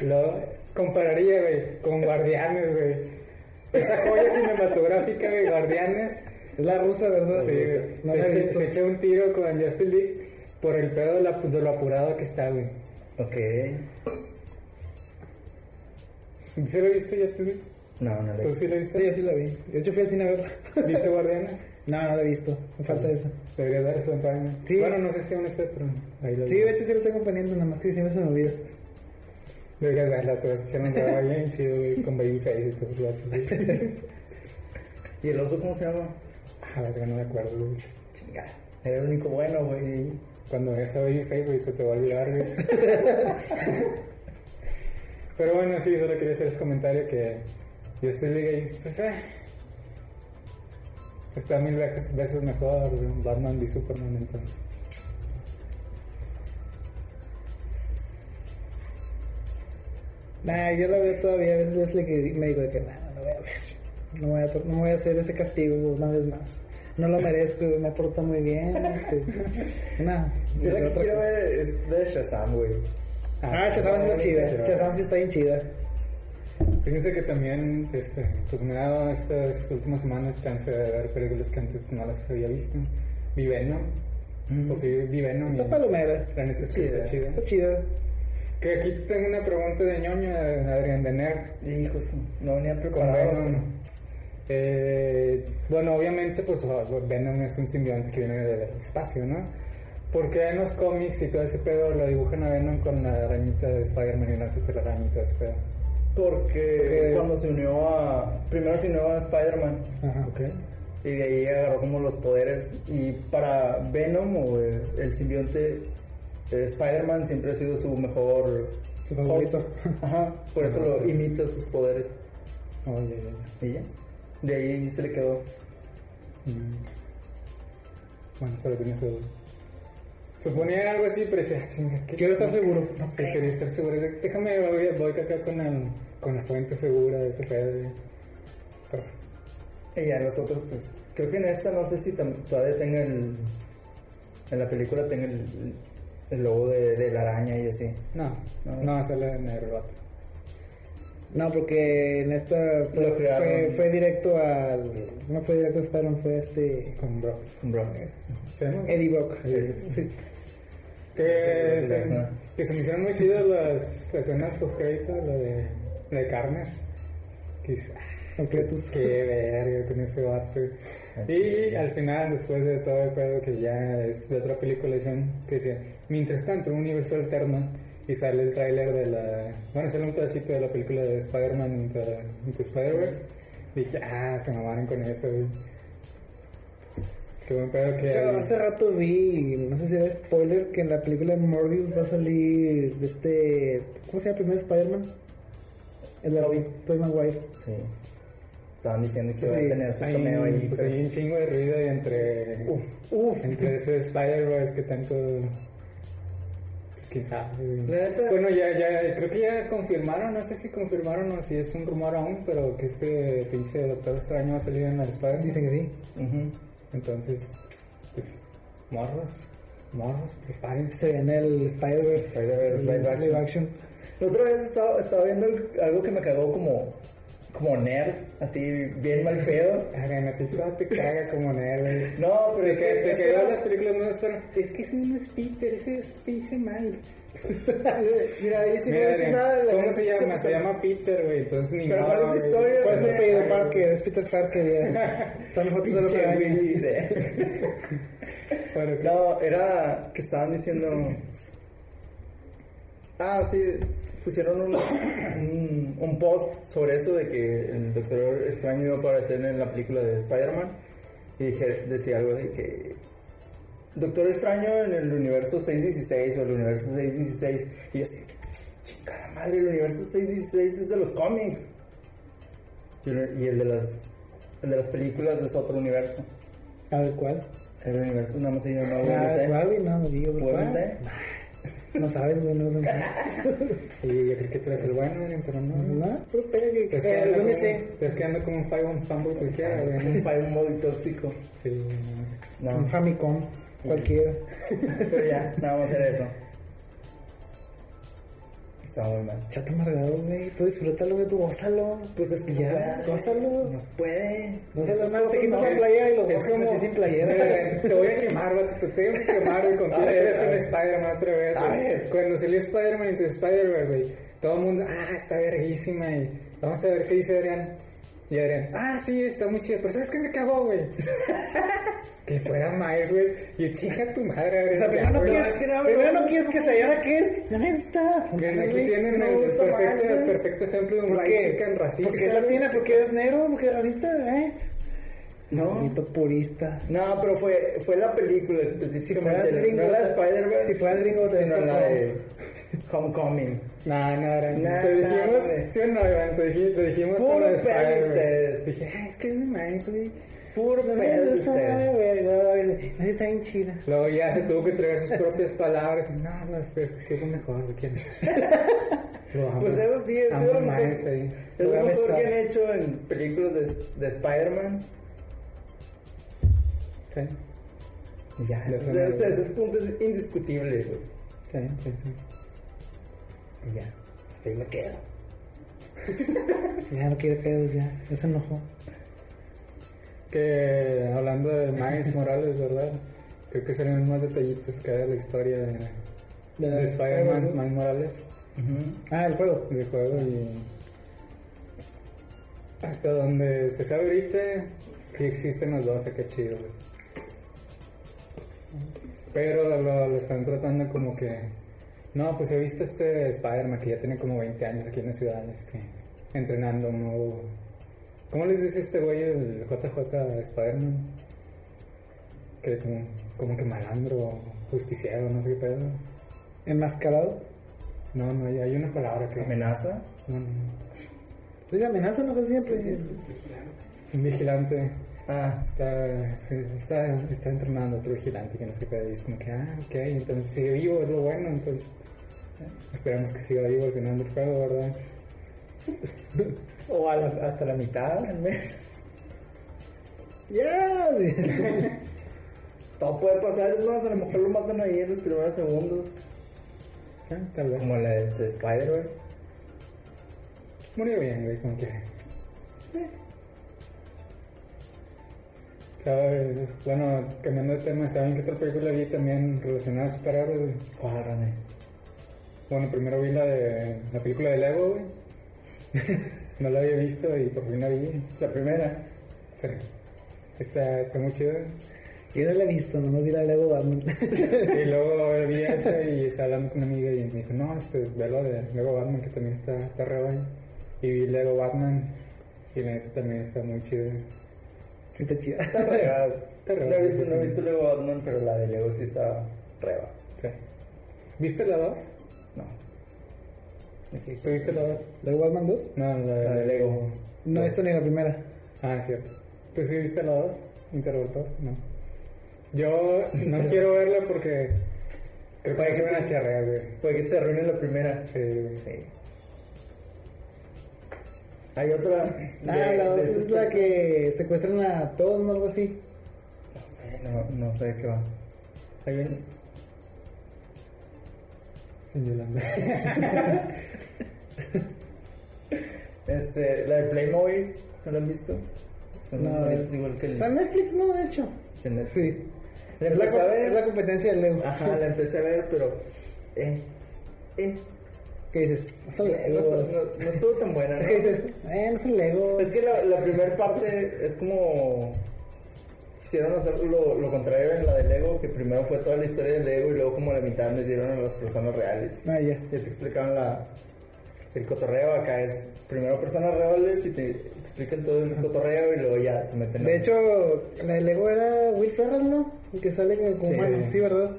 S2: lo compararía, güey? Con Guardianes, güey. Esa joya cinematográfica, güey, Guardianes.
S1: Es la rusa, ¿verdad?
S2: Sí, güey.
S1: No la he
S2: se,
S1: visto.
S2: se echa un tiro con Justin League por el pedo de, la- de lo apurado que está, güey.
S3: Ok.
S2: ¿Sí lo viste, Justin League?
S3: No, no la he
S2: ¿Tú sí
S3: visto.
S2: lo
S1: Sí, yo
S2: viste?
S1: sí la vi. De hecho fui al cine a verla.
S2: ¿Viste Guardianes?
S1: No, no la he visto. Me falta esa.
S2: Deberías dar eso en Prime.
S1: Sí.
S2: Bueno, no sé si aún está, pero ahí lo
S1: Sí,
S2: vi.
S1: de hecho sí lo tengo pendiente, nada más que siempre se me olvida.
S2: Deberías verla, te vas a echar un trabajo bien chido, güey, con Babyface y todos los gatos.
S3: ¿Y el oso cómo se llama?
S2: A la que Ah, no me acuerdo, güey.
S3: Chingada. Era el único bueno, güey.
S2: Cuando veas a Babyface, güey, se te va a olvidar, güey. Pero bueno, sí, solo quería hacer ese comentario que yo estoy liga y pues, eh. Está mil veces, veces mejor Batman v Superman, entonces.
S1: Nah, yo la veo todavía. A veces es la que me digo de que nada, no voy a ver. No voy a, to- no voy a hacer ese castigo una vez más. No lo merezco, me he portado muy bien. Este. Nada.
S3: Yo la que
S1: otra
S3: quiero
S1: cosa.
S3: ver es de Shazam, güey.
S1: Ah, Shazam sí está chida. Shazam sí está bien chida.
S2: Fíjense que también, este, pues me ha dado estas últimas semanas chance de ver películas que antes no las había visto. Vi Venom,
S3: Mm.
S2: porque vi Venom y
S1: Está palomera.
S2: la neta es que
S3: Chida.
S2: está chida.
S1: Está chida.
S2: Que aquí tengo una pregunta de ñoño, de Adrián de Nerd.
S3: Hijo, sí. no venía
S2: Con
S3: preparado.
S2: Venom. Eh, bueno, obviamente, pues oh, Venom es un simbionte que viene del espacio, ¿no? Porque en los cómics y todo ese pedo lo dibujan a Venom con la arañita de Spider-Man y la telaraña y todo ese pedo.
S3: Porque
S1: Porque-
S3: cuando se unió a... Primero se unió a Spider-Man.
S1: Ajá.
S3: Y de ahí agarró como los poderes. Y para Venom o eh, el simbionte, eh, Spider-Man siempre ha sido su mejor.
S1: Su favorito.
S3: Ajá, por eso lo imita sus poderes.
S2: Oye, oye, oye.
S3: Y ya. De ahí se le quedó.
S2: Mm. Bueno, solo tenía esa duda. Suponía algo así, pero dije, ah, chinga, ¿qué?
S1: Quiero estar seguro.
S2: Sí, quería estar seguro. Déjame, voy, voy acá con, el, con la fuente segura de ese pedo. y- Pero,
S3: Y ya nosotros, pues, creo que en esta no sé si tam- todavía tenga el. En la película tenga el, el logo de, de la araña y así.
S2: no,
S3: No.
S2: no, sale en el vato.
S1: No, porque en esta
S3: Lo
S1: fue,
S3: crearon.
S1: fue, fue directo al. No fue directo a Spider-Man, fue este.
S2: Con Brock.
S3: Bro.
S2: ¿Se llama?
S1: Eddie Brock.
S2: Eddie.
S1: Sí.
S2: Que se, que se me hicieron muy chidas las escenas post-crédito, la de, la de Carnes. Que dices, ah,
S1: Aunque tú.
S2: qué verga con ese vato. Y al final, después de todo el pedo que ya es de otra película, dicen que dice, mientras tanto, un universo alterno. Y sale el tráiler de la... Bueno, sale un pedacito de la película de Spider-Man into, into Spider-Verse. Dije, ah, se mamaron con eso, güey. Qué buen pedo que...
S1: O sea,
S2: hay.
S1: hace rato vi, no sé si era spoiler, que en la película de Morbius va a salir este. ¿Cómo se llama el primer Spider-Man? El de
S3: Tobey.
S1: Tobey Maguire.
S3: Sí. Estaban diciendo que iba
S1: Sí,
S3: a tener su
S2: Hay,
S3: cameo ahí.
S2: pues,
S3: pero-
S2: hay un chingo de ruido y entre,
S3: Uf, uf.
S2: entre ese Spider-Verse que tanto. Pues quién sabe.
S3: La neta-
S2: Bueno, ya, ya, creo que ya confirmaron, no sé si confirmaron o si es un rumor aún, pero que este pinche Doctor Extraño va a salir en la Spider-Man.
S1: Dicen que sí.
S3: Ujú.
S2: Entonces, pues, morros, morros, prepárense.
S1: Se ve en el Spider-Verse.
S3: Spider-Verse
S1: el
S3: live action. La otra vez estaba, estaba viendo el- algo que me cagó como. Como nerd, así, bien mal pedo.
S2: Hagan a ti todo te caga como nerd. güey.
S3: No, pero
S2: Te
S3: es que.
S2: que-
S3: es
S2: te
S3: que-
S2: quedan las películas más esperan. Es que ese no es Peter, ese es pinche Miles.
S3: Mira, ahí sí no
S2: Mira,
S3: dice nada. la
S2: ¿Cómo
S3: neta
S2: se
S3: sí
S2: llama?
S3: pasó.
S2: Se llama Peter, güey. Entonces ni
S3: Pero
S2: modo,
S3: ¿cuál es la
S2: güey.
S3: historia?
S1: ¿Cuál es el apellido
S3: Ay,
S1: Parker? Es Peter Parker ya. Están las fotos de la
S3: Pinche
S1: araña.
S3: Willy de-
S2: Pero que-
S3: No, era que estaban diciendo. Ah, sí, pusieron un, un, un post sobre eso de que el Doctor Extraño iba a aparecer en la película de Spider-Man. Y dije- decía algo de que. Doctor Extraño en el universo 616 o el universo 616. Y yo así, chingada madre, el universo 616 es de los cómics. Y el, y el de las, el de las películas es otro universo.
S1: A ver cuál.
S3: El universo nada más se llama
S1: Ah,
S3: UMC.
S1: ¿Cuál? güey? No, no digo, güey, ¿cuál?
S3: UMC.
S1: No sabes, güey, no sabes.
S2: Y yo creo que tú eres el bueno, güey, pero no.
S1: No, pero espera que.
S2: Te estás
S1: Eh, el
S2: quedando como-
S1: MC.
S2: te estás quedando como un fan, un fanboy cualquiera,
S3: Un
S2: güey.
S3: fireboy tóxico.
S2: Sí, güey, no.
S1: Un
S3: No,
S1: Famicom. Cualquiera.
S3: pero ya, nada más era eso. Está muy mal.
S1: Chato amargado, güey. Tú disfrútalo, güey. Tú gózalo.
S3: Pues es que
S1: Ya, gózalo.
S3: No se puede.
S1: No se
S3: Esas
S1: las manos,
S3: cosas
S1: te quitas
S3: no.
S1: la playera y lo
S2: Es
S1: es
S2: como-
S1: sin playera.
S2: Mira, Te voy a quemar, vato, te tengo que quemar, güey, con
S3: A
S2: tu
S3: ver,
S2: eres
S3: a
S2: un
S3: ver.
S2: Spider-Man otra vez.
S3: A
S2: güey.
S3: ver.
S2: Cuando salió Spider-Man y Spider-Verse, güey, todo el mundo, ah, está verguísima, y vamos a ver qué dice Adrián. Y Adrián, ah, sí, está muy chido, pero ¿sabes qué me cagó, güey? que fuera Miles, güey, y chica tu madre, Adrián.
S1: O sea, primero
S2: ya,
S1: no
S2: güey.
S1: quieres que era, Primero no quieres que se haya qué es. Ya está.
S2: Miren,
S1: Güey,
S2: aquí tienen
S1: no
S2: el
S1: gusta más,
S2: perfecto, el
S1: güey.
S2: perfecto ejemplo de un
S1: ¿Por qué?
S2: Mexican racista.
S1: ¿Por qué la tiene? ¿Por qué es negro? ¿Por qué es racista? ¿Eh?
S3: No.
S1: Maldito purista.
S3: No, pero fue, fue la película
S1: Si
S3: específicamente.
S1: fuera gringo.
S3: no la de Spider-Man.
S1: Si fuera gringo, te
S3: sino
S1: hubiera
S3: la de Homecoming.
S2: No, no, era.
S3: Nah,
S2: te dijimos,
S3: nah,
S2: sí o no, Iván, te dijimos, te dijimos
S3: Puro
S2: con lo de
S3: pedo
S2: Spider-Man.
S3: ustedes.
S2: Dije, ah, es que es de Miles, güey.
S3: Puro
S1: No
S3: pedo de
S1: me gusta,
S3: ustedes.
S1: güey. No, no, Está bien chida.
S2: Luego ya se tuvo que entregar sus propias palabras. y, No, no, es que sí es lo mejor, güey. ¿quién es? Lo amo.
S3: Pues eso sí, es
S2: Amo
S3: lo mejor.
S2: Miles, sí.
S3: Es
S1: Voy a
S3: lo mejor
S1: besar.
S3: que han hecho en películas de, de Spider-Man.
S2: Sí,
S3: Y Ya,
S2: Ya
S3: ese,
S2: suena
S3: ese-
S2: bien.
S3: ese punto es indiscutible, güey.
S2: sí, sí,
S1: pues,
S2: sí.
S3: Y ya, hasta ahí me quedo.
S1: Ya no quiere pedos, ya. Ya se enojó.
S2: Que hablando de Miles Morales, ¿verdad? Creo que serían más detallitos que de la historia de,
S1: De-
S2: de Spider-Man, Miles Morales.
S1: Ah, el juego.
S2: de juego y hasta donde se sabe ahorita sí existen los dos, ah, qué chido pues. Pero lo, lo- lo están tratando como que no, pues he visto este Spider-Man que ya tiene como 20 años aquí en la ciudad este, entrenando un nuevo ¿Cómo les dice este güey el JJ Spider-Man? Que como, como que malandro, justiciero, no sé qué pedo.
S1: Enmascarado.
S2: No, no, hay, hay una palabra que...
S3: ¿Amenaza?
S2: no, no, no.
S1: Pues, Entonces amenaza, ¿no? Casi siempre.
S2: Un vigilante.
S3: Ah,
S2: Está, se- está, está entrenando otro vigilante que no sé qué pedo. Y es como que, ah, ok, entonces sigue vivo, es lo bueno. Entonces, eh, esperamos que siga vivo al final del juego, ¿verdad?
S3: o a la- hasta la mitad al mes.
S1: ¡Ya! sí.
S3: Todo puede pasar, es más, a lo mejor lo matan ahí en los primeros segundos.
S2: Ah, tal vez.
S3: Como la de de Spider-Verse.
S2: Murió bien, güey, como que. eh. ¿Sabes? Bueno, cambiando de tema, ¿saben qué otra película vi también relacionada a superhéroes, güey?
S3: ¿Cuál, René?
S2: Bueno, primero vi la de la película de Lego, güey. no la había visto y por fin la vi.
S3: La primera.
S2: Sí. Está, está muy chida.
S1: Yo no la he visto, nomás vi la de Lego Batman.
S2: Y luego vi esa y estaba hablando con una amiga y me dijo, no, este, ve lo de Lego Batman que también está, está re bueno". Y vi Lego Batman y la neta también está muy chida.
S1: sí, está chida.
S3: Está regada.
S2: Pero-
S3: no he visto, no he visto Lego Batman, pero la de Lego sí está reba.
S2: Sí. ¿Viste la 2?
S3: No.
S2: ¿Tú viste la 2?
S1: ¿Lego Batman 2?
S2: No, la,
S3: La de Lego.
S1: No he visto ni la primera.
S2: Ah, es cierto. ¿Tú sí viste la 2? Interruptor. No. Yo no quiero verla porque creo que se van a charrear, güey.
S3: Puede que te arruine la primera.
S2: Sí, güey.
S3: Sí. Hay otra. de-
S1: Ah, la
S3: de este-
S1: 2
S3: esos-
S1: es la que secuestran a todos, ¿no? Algo así.
S3: No sé, no, no sé de qué va. Hay un-
S2: Sin Yolanda.
S3: Este, la de Playmobil, ¿no la han visto? Son
S1: No,
S3: bonitos,
S1: es-
S3: igual que el.
S1: Está en Netflix, ¿no? De hecho.
S3: en el-
S1: Sí.
S3: La
S1: Es la,
S3: empecé pues, a
S1: com- es la
S3: ver.
S1: competencia de Lego.
S3: Ajá, la empecé a ver, pero. Eh, eh.
S1: ¿Qué dices? No son
S3: No,
S1: Legos.
S3: está- no- no estuvo tan buena, ¿no?
S1: ¿Qué dices? Eh, no son Legos.
S3: Es que la, la primera parte es como. Quisieron hacer lo, lo contrario en la de Lego, que primero fue toda la historia de Lego y luego, como la mitad, les dieron a las personas reales.
S1: Ah, ya.
S3: Ya te explicaron la, el cotorreo. Acá es primero personas reales y te explican todo el cotorreo y luego ya se meten
S1: De
S3: a-
S1: hecho, la de Lego era Will Ferrell, ¿no? El que sale con
S3: Sí.
S1: sí. sí, ¿verdad?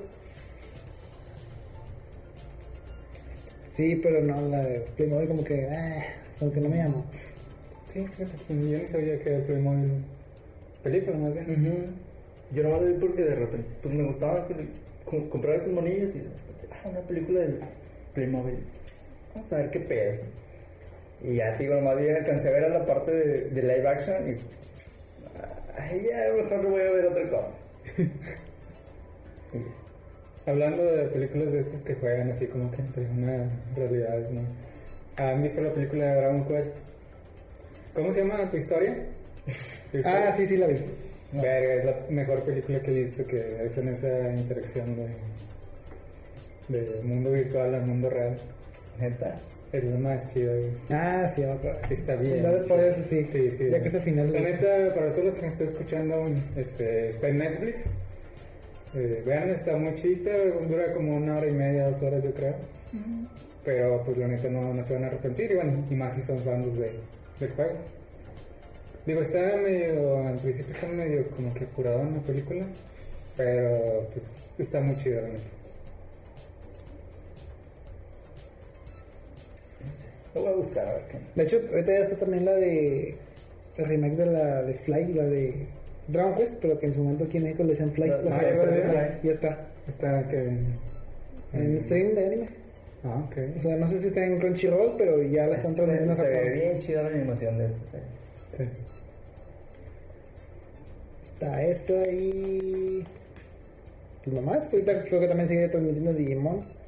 S1: Sí, pero no, la de Playmobil como que, ah, como que no me llamó.
S2: Sí, fíjate. que Yo ni sabía que era Playmobil. Película, más bien.
S3: Ujú. Yo nomás la vi porque de repente, pues me gustaba co- co- comprar esos monillos y de repente, ah, una película del Playmobil. Vamos a ver qué pedo. Y ya te digo, nomás yo alcancé a ver a la parte de, de live action y ay, ya mejor voy a ver otra cosa.
S2: Hablando de películas de estas que juegan así como que entre una realidad, ¿no? ¿Han visto la película de Dragon Quest? ¿Cómo se llama tu historia? ¿Tu historia?
S1: Ah, sí, sí, la vi.
S2: Verga, es la mejor película que he visto que es en esa interacción de, de mundo virtual al mundo real.
S3: Neta.
S2: Es lo más chido, güey.
S1: Ah, sí, me acuerdo.
S2: Está bien.
S1: No spoilers, sí.
S2: Sí, sí.
S1: Ya que es el final.
S2: La
S1: de-
S2: neta, para todos los que me están escuchando, este, está en Netflix. Eh, vean, está muy chida, dura como una hora y media, dos horas yo creo. Pero pues la neta no, no se van a arrepentir y bueno, y más si son fans de, del juego. Digo, está medio, al principio está medio como que curado en la película, pero pues está muy chida la neta.
S3: No sé. Lo voy a buscar a ver qué.
S1: De hecho, ahorita ya está también la de. El remake de la de Fly, la de Dragon Quest, pero que en su momento aquí en México le decían Fly.
S3: La-
S1: La
S3: ah,
S1: sacaron
S3: esa
S1: de
S3: de
S1: Fly.
S3: Fly.
S1: Ya está.
S2: Está que...
S1: En stream de anime.
S2: Ah, ok.
S1: O sea, no sé si está en Crunchyroll, pero ya la están transmitiendo
S3: Pues,
S1: en
S3: Se, se ve
S1: Japón.
S3: bien chida la animación de esta serie.
S2: Sí.
S1: Está esa y. Pues nomás. Ahorita creo que también sigue transmitiendo Digimon.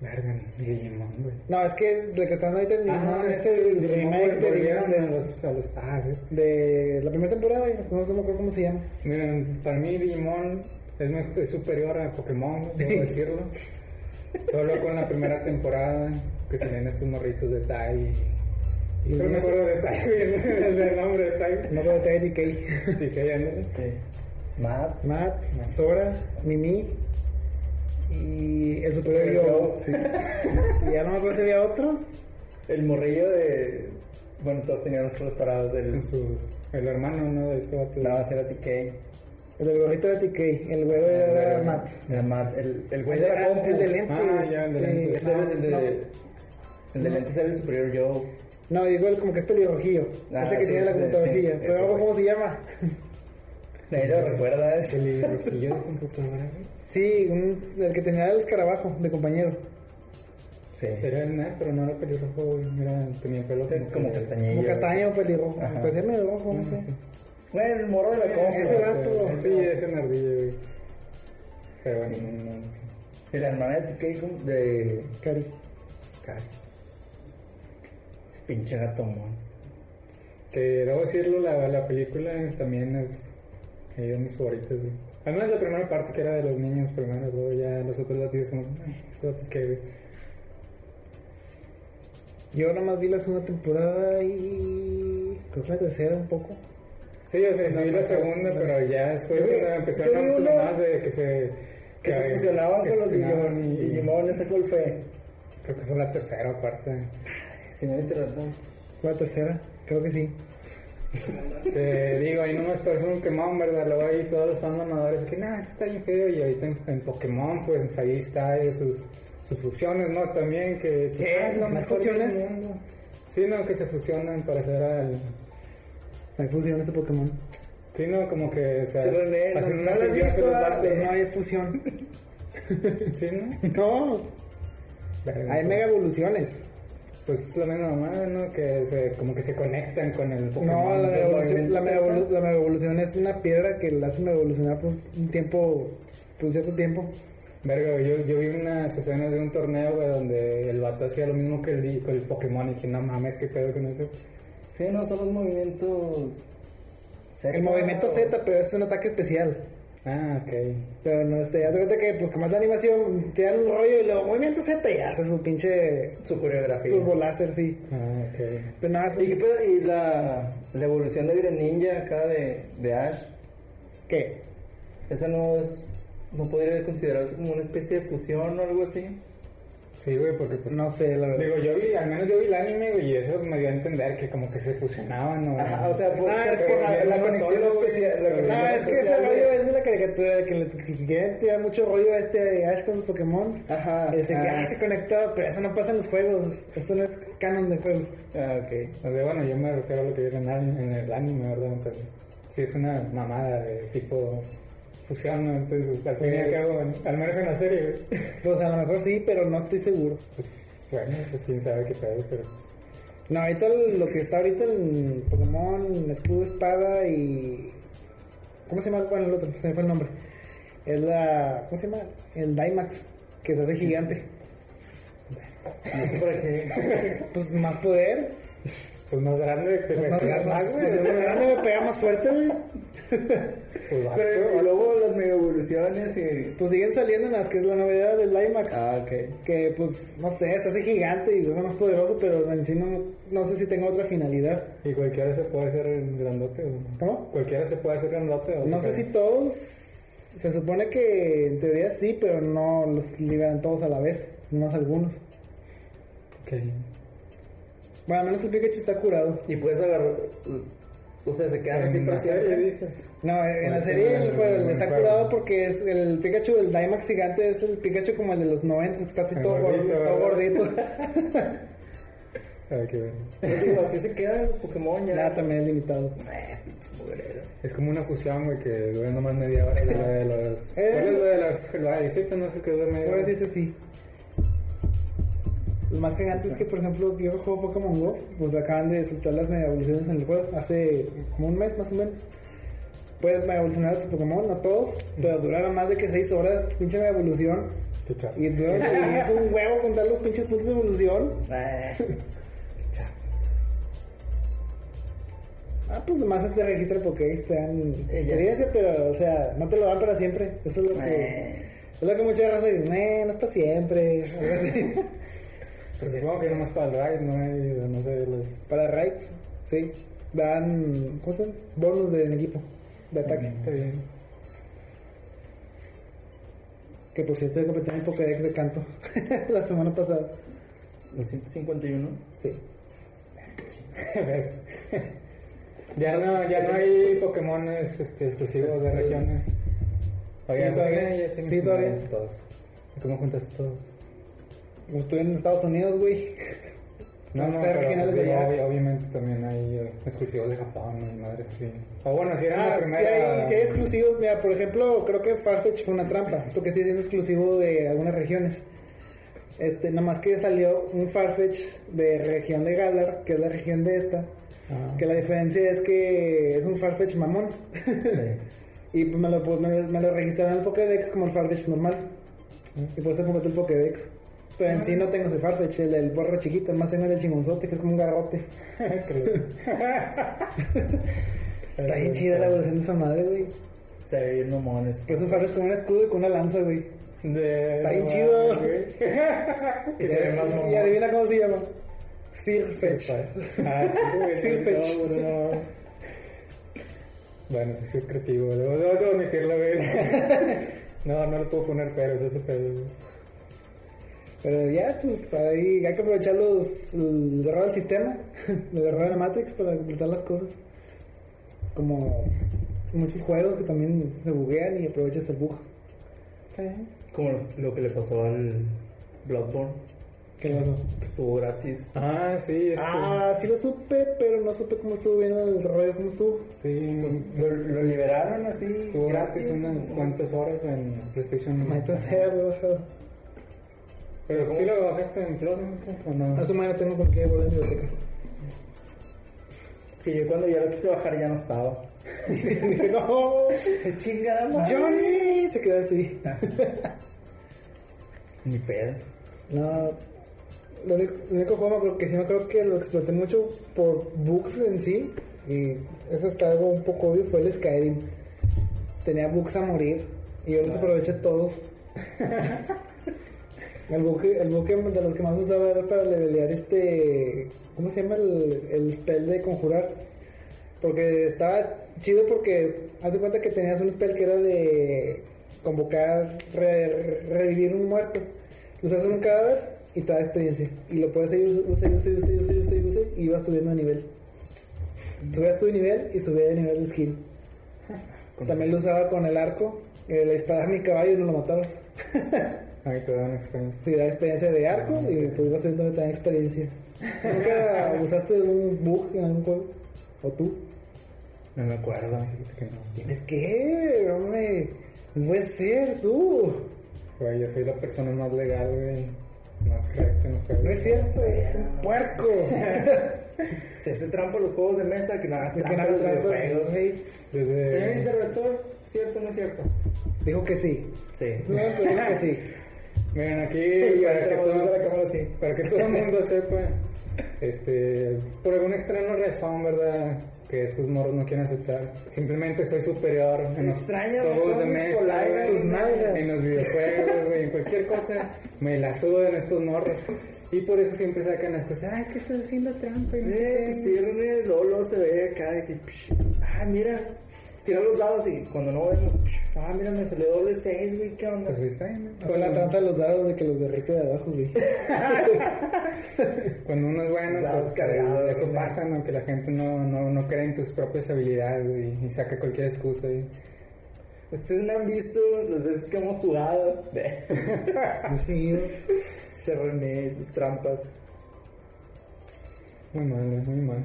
S2: Verga, Digimon, güey.
S1: No, es que lo que están ahorita en Digimon es el
S2: Ah, este Digimon
S1: remake de
S2: volvieron
S1: Digimon
S2: a
S1: de,
S2: los, a los- ah, sí.
S1: de la primera temporada, güey. No sé no me acuerdo cómo se llama.
S2: Miren, para mí Digimon es, mejor, es superior a Pokémon, debo decirlo. Solo con la primera temporada que salían estos morritos de Tai. Y solo me acuerdo de Tai, el del nombre de Tai.
S1: No veo de TDK.
S2: Y que ya no-
S3: Sí. Matt.
S1: Matt, Sora, Mimi y el superior yo.
S3: Sí.
S1: Y ya no me acuerdo si había otro.
S3: El morrillo de. Bueno, todos teníamos preparados el.
S2: con sus- el hermano, ¿no? De este vato.
S3: Nada más era TK.
S1: El del gorrito de TK, el huevo era Matt.
S3: La Matt, el, el güey
S1: El,
S3: de la
S1: el-
S3: compu.
S1: el de lentes.
S2: Ah, ya, el de
S1: eh,
S2: lentes.
S3: Ese era el de-
S1: no,
S3: el de lentes era el superior yo.
S1: No, digo el como que es pelirrojillo.
S3: Ah,
S1: ese que
S3: sí,
S1: tiene la
S3: sí,
S1: computadorcilla.
S3: sí,
S1: pero
S3: ese
S1: no
S3: güey.
S1: cómo se llama.
S3: Nadie lo recuerda.
S2: El librojillo de computadora, güey.
S1: Sí, un- el que tenía el escarabajo de compañero.
S3: Sí.
S2: Era el nerd, pero no era pelirrojo, güey. Era, tenía el pelo como,
S3: Como castañillo.
S1: Como castaño pelirrojo.
S3: Ajá.
S1: Pues es medio rojo, no sé.
S3: Bueno, el morro de la cosa.
S1: Ese vato.
S3: sí,
S2: Sí, ese nerdillo, güey. Pero bueno, no, no, no sé.
S3: Y la hermana de tu que dijo de.
S1: Cari.
S3: Cari. Ese pinche gato mon.
S2: Que debo decirlo, la, la película también es es de mis favoritas, güey. Además, la primera parte que era de los niños primero, luego ya los otros latidos son. Ay, esos datos que, güey.
S1: Yo nomás vi la segunda temporada y. Creo que la tercera un poco.
S2: Sí, o sea, sí vi la segunda, pero ya después
S3: pues, Yo vi-
S2: cuando empezaron
S3: yo
S2: a
S3: vi
S2: hablar
S3: una-
S2: más de que se.
S3: Que se fusionaban
S2: que
S3: con los
S2: fusionaban
S3: Digimon.
S2: y-
S3: Digimon, esa cuál fue.
S2: Creo que fue la tercera parte.
S3: Si no internet.
S1: Fue la tercera, creo que sí.
S2: Que digo, ahí nomás parece un Pokémon, ¿verdad? Luego ahí todos los fans mamadores que, nah, eso está bien feo. Y ahorita en, en Pokémon, pues ahí está eh, sus, sus fusiones, ¿no? También que, que
S1: ¿Qué?
S2: es lo
S1: ¿Hay
S2: mejor del
S1: fusiones?
S2: mundo. Sí, no, que se fusionan para hacer al.
S1: Hay fusión de este Pokémon.
S2: Sí, no, como que, o sea,
S3: Sí, René, no-
S2: hacen
S3: no
S2: una
S3: lo he
S2: simbiosis
S3: visto,
S2: los
S3: Ale.
S2: datos,
S1: No hay fusión.
S2: ¿no? Sí, ¿no?
S1: no, hay mega evoluciones.
S2: Pues es la misma mamada, ¿no? Que se, como que se conectan con el Pokémon.
S1: No, la mega,
S2: del
S1: evolución,
S2: movimiento
S1: la, mega
S2: Z.
S1: evolu- la mega evolución es una piedra que la hacen evolucionar por un tiempo, por un cierto tiempo.
S2: Verga, güey, yo, yo vi unas escenas de un torneo, güey, donde el vato hacía lo mismo que el, di- con el Pokémon y que no mames, qué pedo con eso.
S3: Sí, no, son los movimientos.
S1: El movimiento Z, pero es un ataque especial.
S2: Ah, ok.
S1: Pero no, este, haz de cuenta que, pues, como es la animación, te dan un rollo y luego movimiento Z y haces su pinche
S3: Su coreografía.
S1: turbo láser, sí.
S2: Ah, ok.
S1: Pero nada,
S3: ¿Y, qué
S1: sí.
S3: pedo? ¿Y la, la evolución de Greninja acá de, de Ash?
S1: ¿Qué?
S3: ¿Esa no es, no podría considerarse como una especie de fusión o algo así?
S2: Sí, güey, porque pues...
S1: No sé, la verdad.
S2: Digo, yo vi, al menos yo vi el anime, güey, y eso me dio a entender que como que se fusionaban, ¿no?
S3: Ajá, o sea, por,
S1: Ah, es
S3: por
S1: que
S3: la, la
S2: no
S3: conexión
S2: solo, güey,
S3: especial. la
S2: no,
S1: No,
S3: conexión
S1: es que ese
S3: especial de-
S1: rollo es de la caricatura, de que le que quieren tirar mucho rollo a este Ash con sus Pokémon.
S3: Ajá.
S1: Este que
S3: ah,
S1: ah, se conectaba, pero eso no pasa en los juegos. Eso no es canon de juego.
S3: ah, ok.
S2: O sea, bueno, yo me refiero a lo que vi en el anime, en el anime, ¿verdad? Entonces, sí es una mamada de tipo fusión, ¿no? Entonces, al fin y al
S1: Pues-
S2: cabo, en- al menos en la serie, güey.
S1: Pues a lo mejor sí, pero no estoy seguro.
S2: Bueno, pues quién sabe qué pedo, pero pues...
S1: No, ahorita el- lo que está ahorita en Pokémon Escudo, Espada y... ¿Cómo se llama? Bueno, el otro, se me fue el nombre. Es la... ¿Cómo se llama? El Daimax, que se hace gigante.
S3: No sé para qué.
S1: Pues más poder,
S2: Pues más grande, pues,
S1: pues
S2: me
S1: más
S2: pegas más, güey.
S1: Pues más grande me pega más fuerte, güey.
S2: Pues, va,
S3: Pero y
S2: güey.
S3: luego las mega evoluciones y...
S1: Pues siguen saliendo las que es la novedad del Daimax.
S3: Ah, ok.
S1: Que pues, no sé, se hace gigante y es lo más poderoso, pero en sí no, no sé si tenga otra finalidad.
S2: Y cualquiera se puede hacer grandote, güey.
S1: ¿Cómo?
S2: Cualquiera se puede hacer grandote, güey.
S1: No sé si todos, se supone que en teoría sí, pero no los liberan todos a la vez, más algunos.
S2: Ok.
S1: Bueno, al menos el Pikachu está curado.
S3: Y puedes agarrar... O sea, se quedan así
S2: En
S3: para
S2: la serie
S3: siempre.
S2: dices.
S1: No, en la
S2: Pues,
S1: serie
S2: en
S1: el-
S2: el-
S1: pues,
S2: en el
S1: está
S2: juego.
S1: curado porque es el Pikachu, el Dynamax gigante, es el Pikachu como el de los 90, está así
S2: El
S1: todo
S2: gordito,
S1: gordito. Todo
S2: ¿verdad?
S1: gordito.
S2: A ver Ah, qué bien.
S3: Yo digo, así se quedan los Pokémon ya.
S1: Nada, también es limitado.
S3: Eh, pinche mugrero.
S2: Es como una fusión, güey, que dura nomás media hora. La de los.
S1: Eh.
S2: ¿Cuál es la de la, la de Isito? No sé qué dura media
S1: Yo
S2: hora.
S1: sí, sí, sí. Lo más gigante es que, por ejemplo, yo que juego Pokémon Go, pues acaban de soltar las mega evoluciones en el juego hace como un mes más o menos. Puedes mega evolucionar a tu Pokémon, no todos, pero duraron más de que 6 horas, pinche mega evolución.
S2: Qué chafa.
S1: Y duraron y es un huevo contar los pinches puntos de evolución.
S3: Ah,
S1: Ah, pues nomás te registra Pokédex, te dan
S3: ya.
S1: experiencia, pero, o sea, no te lo dan para siempre. Eso es lo que.
S3: eh.
S1: Es lo que mucha raza dice, "Meh, no es para siempre. algo así.
S2: Pues supongo que nomás para el ride, ¿no? Y, pues, no sé, los.
S1: Para raids, sí. Dan, ¿cómo se llama? Bonus del equipo de ataque.
S2: Está bien.
S1: Que por cierto, yo completé mi Pokédex de canto la semana pasada.
S3: 251.
S1: Sí.
S2: ya, no, ya no hay Pokémones este, exclusivos de regiones.
S1: Oye, Pues, todavía.
S2: ya chingas
S1: Sí, todavía.
S2: madres Todos. ¿Y ¿Cómo juntas todo?
S1: Como Estuve en Estados Unidos, güey.
S2: No, no,
S1: O sea,
S2: pero
S1: originales de
S2: pues, digo,
S1: allá.
S2: obvi- obviamente también hay eh, exclusivos de Japón y madres así. O bueno, si era
S1: Ah,
S2: la
S1: si
S2: primera...
S1: hay, si hay exclusivos, mira, por ejemplo, creo que Farfetch fue una trampa, porque sí es exclusivo de algunas regiones. Este, nomás que salió un Farfetch de región de Galar, que es la región de esta,
S2: Ah,
S1: que la diferencia es que es un Farfetch mamón. y pues me lo, pues, me, me lo registraron en el Pokédex como el Farfetch normal. Y por eso pongo el Pokédex. Pero en sí no tengo ese Farfetch, el del borro chiquito, más tengo el del chingonzote, que es como un garrote.
S2: qué lindo.
S1: Está bien chida la evolución de esa madre, güey.
S3: Se ve bien mamones.
S1: Es un Farfetch con un escudo y con una lanza, güey.
S2: pues, De-
S1: Está bien
S2: no,
S1: chido.
S2: güey.
S1: Y,
S3: Y se ve más
S1: y-
S3: mamón.
S1: y adivina cómo se llama. Sirfetch.
S2: Ah, sí, güey,
S1: Sí,
S2: sí,
S1: pech.
S2: no, no, no. Bueno, sí, sí es creativo, debo, debo de admitirlo, güey. No, no le puedo poner pero, eso es pedo. güey.
S1: Pero ya, pues ahí hay que aprovechar los, el error del sistema, el error de la Matrix para completar las cosas. Como muchos juegos que también se buguean y aprovechas el bug.
S3: Como lo que le pasó al Bloodborne,
S1: ¿Qué pasó?
S3: que estuvo gratis.
S2: Ah, sí, este.
S1: Ah, sí lo supe, pero no supe cómo estuvo bien el rollo, cómo estuvo.
S2: Sí,
S3: Lo, lo liberaron así,
S2: estuvo gratis unas
S3: unas
S2: cuantas horas en PlayStation.
S1: Maldita sea, lo he bajado.
S2: Pero sí lo bajaste en Plus, ¿no? ¿O no?
S1: A su madre tengo por qué volver a la biblioteca.
S3: Que yo cuando ya lo quise bajar ya no estaba.
S1: Dije, no,
S3: ¡Qué chingada madre!
S1: Johnny, se quedó así.
S3: Ni pedo.
S1: No, lo único, lo único juego creo que sí me creo que lo exploté mucho por bugs en sí, y eso está algo un poco obvio, fue el Skyrim. Tenía bugs a morir, y yo los aproveché todos. El bug, el bug que- de los que más usaba era para levelear este. ¿Cómo se llama? El, el spell de conjurar. Porque estaba chido porque haz de cuenta que tenías un spell que era de convocar, re- revivir un muerto. Usas un cadáver y te da experiencia. Y lo puedes seguir, usa, usa, usa, usa, usa, usa, y vas subiendo de nivel. Subías tu nivel y subía de nivel el skill. También lo usaba con el arco. eh, le disparabas a mi caballo y no lo matabas.
S2: Ahí te dan experiencia.
S1: Sí, da experiencia de arco y pues iba subiendo también experiencia. ¿Nunca usaste un bug en algún juego? ¿O tú?
S3: No me acuerdo.
S2: Fíjate que no.
S1: ¿Tienes que? Hombre, no puede ser tú.
S2: Güey, yo soy la persona más legal, güey. Más correcta, más correcta.
S1: No es cierto, es un puerco.
S3: Se hace trampa los juegos de mesa que no hagas
S1: Así que
S3: trampa
S1: nada,
S3: los
S1: trampa,
S3: videojuegos.
S1: güey.
S2: Desde-
S3: Señor interventor, ¿cierto o no es cierto?
S1: Dijo que sí.
S3: Sí.
S1: No, pero dijo que sí.
S2: Miren,
S3: Sí,
S2: aquí para que,
S3: entramos, usa la
S2: todo,
S3: cámara así.
S2: para que todo el mundo sepa, este, por alguna extraña razón, ¿verdad? Que estos moros no quieren aceptar. Simplemente soy superior en los
S3: Extraña
S2: juegos de
S3: razón,
S2: mesa,
S3: Nicolai,
S2: güey,
S3: tus
S1: nalgas.
S2: en los videojuegos, güey, en cualquier cosa. Me la sudan estos morros. Y por eso siempre sacan las cosas. Ah, es que estás haciendo trampa. Y no sé
S3: Eh,
S2: qué".
S3: pues tiene Lolo se ve acá de que, psh, ah, mira, tira los dados y cuando no vemos, psh, ah, mira, me salió doble 6, güey, ¿qué onda?
S2: Pues ahí está, ¿no?
S1: Con la tranza de los dados de que los derrite de abajo, güey.
S2: Cuando uno es bueno,
S3: Dados
S2: pues,
S3: cargados,
S2: eso
S3: ¿no?
S2: pasa, ¿no? Que la gente no, no, no cree en tus propias habilidades güey, y, saca cualquier excusa. Y...
S3: Ustedes me han visto las veces que hemos jugado,
S1: Muy seguido.
S3: se René, sus trampas.
S2: Muy mal, güey, muy mal.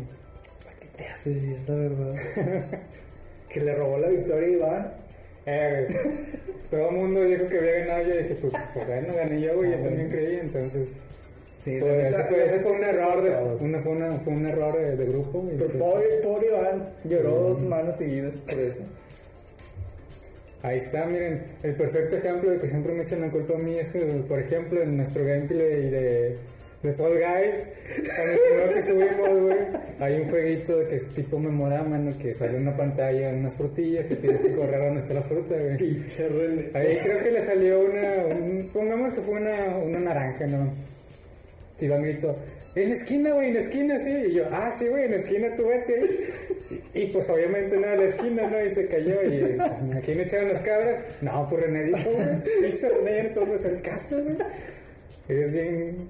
S1: ¿Qué te haces, güey? Es la verdad.
S3: Que le robó la victoria a Iván.
S2: Eh, güey, todo el mundo dijo que había ganado. Yo dije, pues, pues bueno, gané yo, güey. Yo también creí, entonces.
S3: Sí,
S2: Pues, ese fue, ese fue un error, de,
S3: todos.
S2: una, fue, una- fue un error de, de grupo. pues, güey,
S3: Pero
S2: que-
S3: pobre, pobre Iván, lloró dos manos seguidas por eso.
S2: Ahí está, miren, el perfecto ejemplo de que siempre me echan la culpa a mí es que, por ejemplo, en nuestro gameplay de, de Fall Guys, en el primero que subimos, güey, hay un jueguito que es tipo memorama, ¿no? Que sale en una pantalla, unas frutillas y tienes que correr a donde está la fruta, güey.
S3: Pinche René.
S2: Ahí creo que le salió una, un- pongamos que fue una, una naranja, ¿no? Y Iván gritó, en la esquina, güey, en la esquina, sí. Y yo, ah, sí, güey, en la esquina tú vete. Y, y, pues obviamente no, en la esquina, ¿no? Y se cayó. Y pues, ¿a quién le echaron las cabras? No, pues René dijo, güey. Pinche René, ya no te vuelves al caso, güey. Eres bien...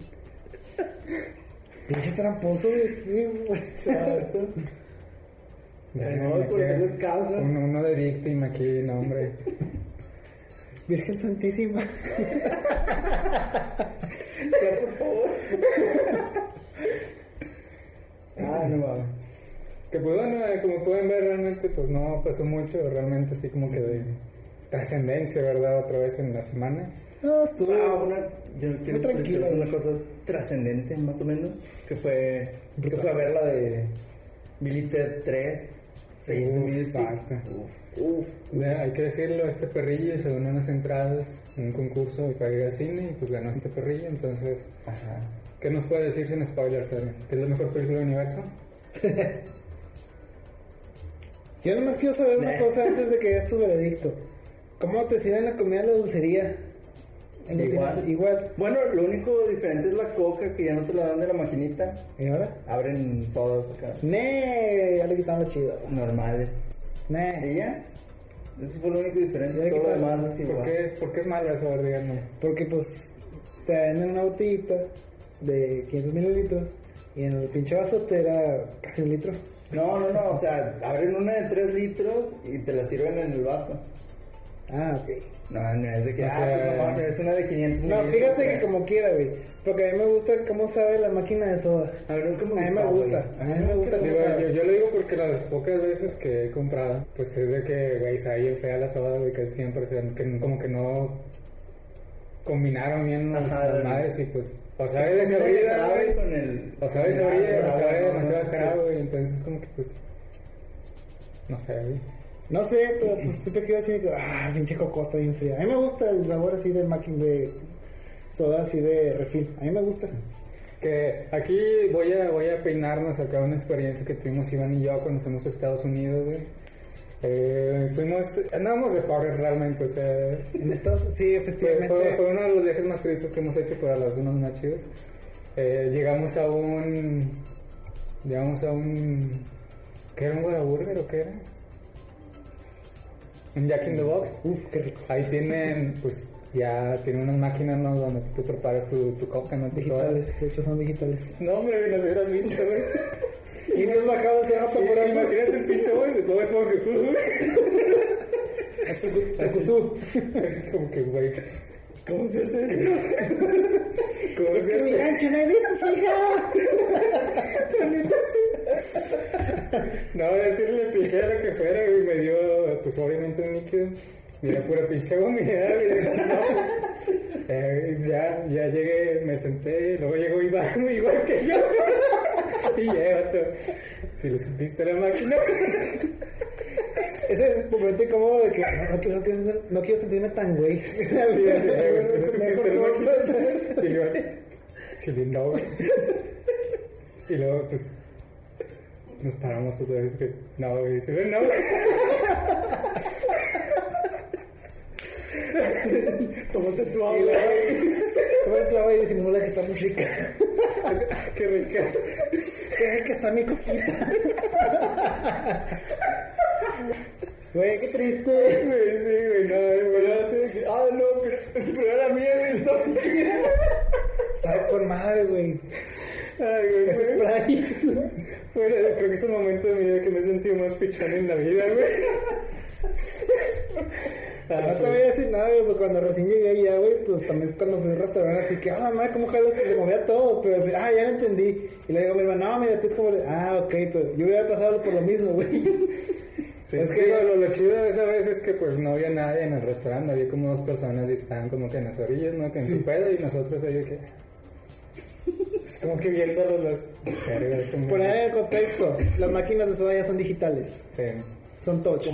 S1: Pinche tramposo, güey.
S3: Chato.
S2: ya,
S3: No,
S2: me
S3: por
S2: queda
S3: hacerles caso.
S2: Uno, uno de víctima aquí, no, hombre.
S1: Virgen Santísima.
S3: Ya, por favor. no mames.
S2: Que pues bueno, eh, como pueden ver realmente pues no pasó mucho, realmente así como que de trascendencia, ¿verdad? Otra vez en la semana.
S1: No, estuvo.
S3: Ah, una, yo quiero
S1: tranquilo.
S3: es una cosa trascendente, más o menos, que fue, que fue a ver la de Billy Ted 3, Face the
S2: Uf,
S3: Music.
S2: exacto.
S3: Uf, uf.
S2: Ya, hay que decirlo, este perrillo se donó unas entradas en un concurso para ir al cine y pues ganó este perrillo, entonces,
S3: Ajá.
S2: ¿qué nos puede decir sin spoilers, Edwin? ¿Que es la mejor película del universo?
S1: Yo nomás quiero saber una
S3: Nah.
S1: cosa antes de que des tu veredicto. ¿Cómo te sirven la comida en la dulcería? En los
S3: Igual.
S1: cines- Igual.
S3: Bueno, lo único diferente es la coca, que ya no te la dan de la maquinita.
S1: ¿Y ahora?
S3: Abren sodas acá,
S1: ¡Nee! Ya le quitaron lo chido.
S3: normales.
S1: ¡Nee!
S3: ¿Y ya? Eso fue lo único
S1: Ya
S3: diferente,
S1: que
S3: todo lo
S1: tal-
S3: demás es
S2: ¿Por
S3: igual.
S2: qué, es- por qué es malo eso, a ver, díganme?
S1: Porque pues te venden una botellita de 500 mililitros y en el pinche vaso te era casi un litro.
S3: No, no, no, o sea, abren una de 3 litros y te la sirven en el vaso.
S1: Ah, ok.
S3: No, no es de que,
S2: O
S3: ah,
S2: sea,
S3: pues, no, no, es una de 500
S1: No,
S3: mililitros,
S1: fíjate
S3: güey.
S1: que como quiera, güey. Porque a mí me gusta cómo sabe la máquina de soda.
S3: A ver, nunca
S1: A mí me gusta.
S3: güey.
S1: A mí me gusta cómo
S2: Digo, yo,
S1: sabe.
S2: yo lo digo porque las pocas veces que he comprado, pues es de que, güey, está bien fea la soda, güey, casi siempre, o sea, que como que no combinaron bien las,
S3: Ajá,
S2: las
S3: güey.
S2: madres y pues, o sabe de
S3: Con el
S2: sabrida,
S3: jarabe,
S2: güey,
S3: con el...
S2: o sabe de
S3: con el
S2: sabrida, o
S3: jarabe,
S2: sabe
S3: no, no,
S2: demasiado
S3: no,
S2: caro,
S3: sí.
S2: güey, entonces como que pues, no sé, güey.
S1: No sé, pero pues supe que iba a decir que, ah, pinche cocota bien fría. A mí me gusta el sabor así de máquina de soda, así de refil. A mí me gusta.
S2: Que aquí voy a, voy a peinarnos acá una experiencia que tuvimos Iván y yo cuando fuimos a Estados Unidos, güey. Eh, fuimos, andábamos de pobres realmente, o sea,
S1: En Estados sí,
S2: fue, fue- fue
S1: efectivamente.
S2: uno de los viajes más tristes que hemos hecho, pero a los unos más chidos. Eh, llegamos a un, llegamos a un, ¿qué era un Whataburger o qué era? Un Jack in the Box.
S1: Uf, qué rico.
S2: Ahí tienen, pues, ya tienen unas máquinas, ¿no? Donde tú te preparas tu, tu coca, ¿no? Tu soda.
S1: Digitales, de hecho son digitales.
S2: No, hombre, güey, nos hubieras visto, güey.
S1: Y nos bajamos de rato
S2: Sí,
S1: por ahí.
S2: Imagínate el pinche güey de todo es como que
S1: Así.
S2: tú. Así como que, güey. ¿Cómo se hace esto? ¿Cómo se
S1: ¡Que mi
S2: hace
S1: gancho no he visto, hija!
S2: No, de hecho le piqué a lo que fuera, güey. Me dio, pues obviamente un líquido. Y era pura pinche vomitada, güey. No, pues, eh, ya, ya llegué, me senté. Luego llegó Iván, igual que yo. Y ya, todo. Si lo sentiste la máquina.
S1: Ese es el momento incómodo de que no, no, quiero- no quiero, sentir- no quiero sentirme tan güey.
S2: Sí, sí, güey, sí, sí, sí, sí, sí, yo, chile, no, güey. Y luego, pues, nos paramos otra vez que, no, güey, chile, no.
S1: Tómate tu
S2: Y
S1: agua.
S2: luego,
S1: Tómate tu agua y disimula que está muy rica.
S2: qué ricas.
S1: Qué rica está mi cosita. Güey, qué triste.
S2: Güey, sí, güey, no, güey, pero sí, ah, no, pero, pero era mía, güey, no, chile.
S1: Estaba con madre, güey.
S2: Ay, güey, fue-
S1: Fry.
S2: Bueno, creo que es el momento de mi vida que me he sentido más pichón en la vida, güey.
S1: No
S2: Ah,
S1: te voy a decir nada, güey, porque cuando recién llegué allá, güey, pues también cuando fui al restaurante, así que, ah, mamá, ¿cómo jalas? Se movía todo, pero, ah, ya lo entendí. Y le digo a mi hermano, no, mira, tú es como, de- ah, ok, pero yo hubiera pasado por lo mismo, güey.
S2: Sí,
S1: Es
S2: es
S1: que-
S2: que lo, lo chido de esa vez es que pues no había nadie en el restaurante, había como dos personas y estaban como que en las orillas, ¿no? Que en su pedo y nosotros ahí de que... Como que viéndolos las... Verga, como-
S1: Poner en el contexto, las máquinas de soda ya son digitales,
S2: Sí.
S1: son touch.
S2: Sí,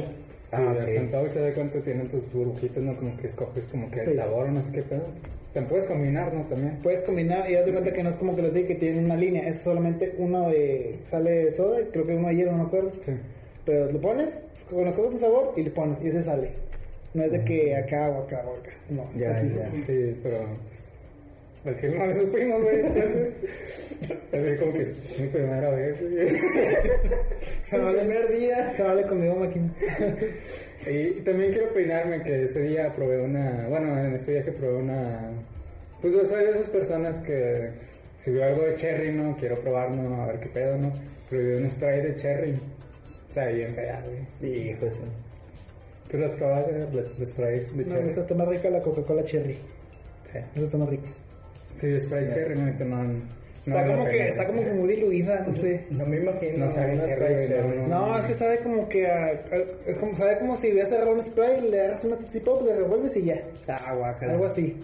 S3: Ah,
S2: ah,
S3: ok.
S2: se da cuenta tienen tus burbujitas, ¿no? Como que escoges como que el
S1: Sí.
S2: sabor o no sé qué pedo. Te puedes combinar, ¿no? También.
S1: Puedes combinar y haz de cuenta que no es como que los di que tienen una línea, es solamente uno de, sale de soda, creo que uno de hielo, no me acuerdo.
S2: Sí.
S1: Pero lo pones, conozco tu sabor y le pones, y ese sale. No es de que acá o acá o acá, no.
S3: Ya,
S1: aquí.
S3: ya.
S2: Sí, pero... pues, Al cielo no le supimos, güey, entonces... Así como que es mi primera vez, güey.
S1: Se vale, se vale conmigo, máquina.
S2: Y también quiero peinarme que ese día probé una, bueno, en ese viaje probé una, pues yo soy de esas personas que si veo algo de cherry, ¿no? Quiero probar, ¿no? A ver qué pedo, ¿no? Probé un spray de cherry. O sea, bien fea, güey.
S3: Hijo, eso.
S2: ¿Tú lo has probado, eh? el el spray de
S1: No,
S2: cherry?
S1: esa está más rica la Coca-Cola Cherry.
S2: Sí.
S1: Esa está más rica.
S2: Sí, spray cherry, no, Y te no,
S1: Está
S2: No, no,
S1: como que,
S2: pero-
S1: está como que muy diluida, no sé.
S3: No me imagino.
S2: No sabe
S3: una
S2: qué
S3: Sprite
S2: rollo,
S3: Cherry.
S2: no,
S1: No, es que sabe como que a- a- es como sabe como si hubieras agarrado un spray, le agarras una Tootsie Pop, le revuelves y ya,
S3: Ah, guácala.
S1: algo así.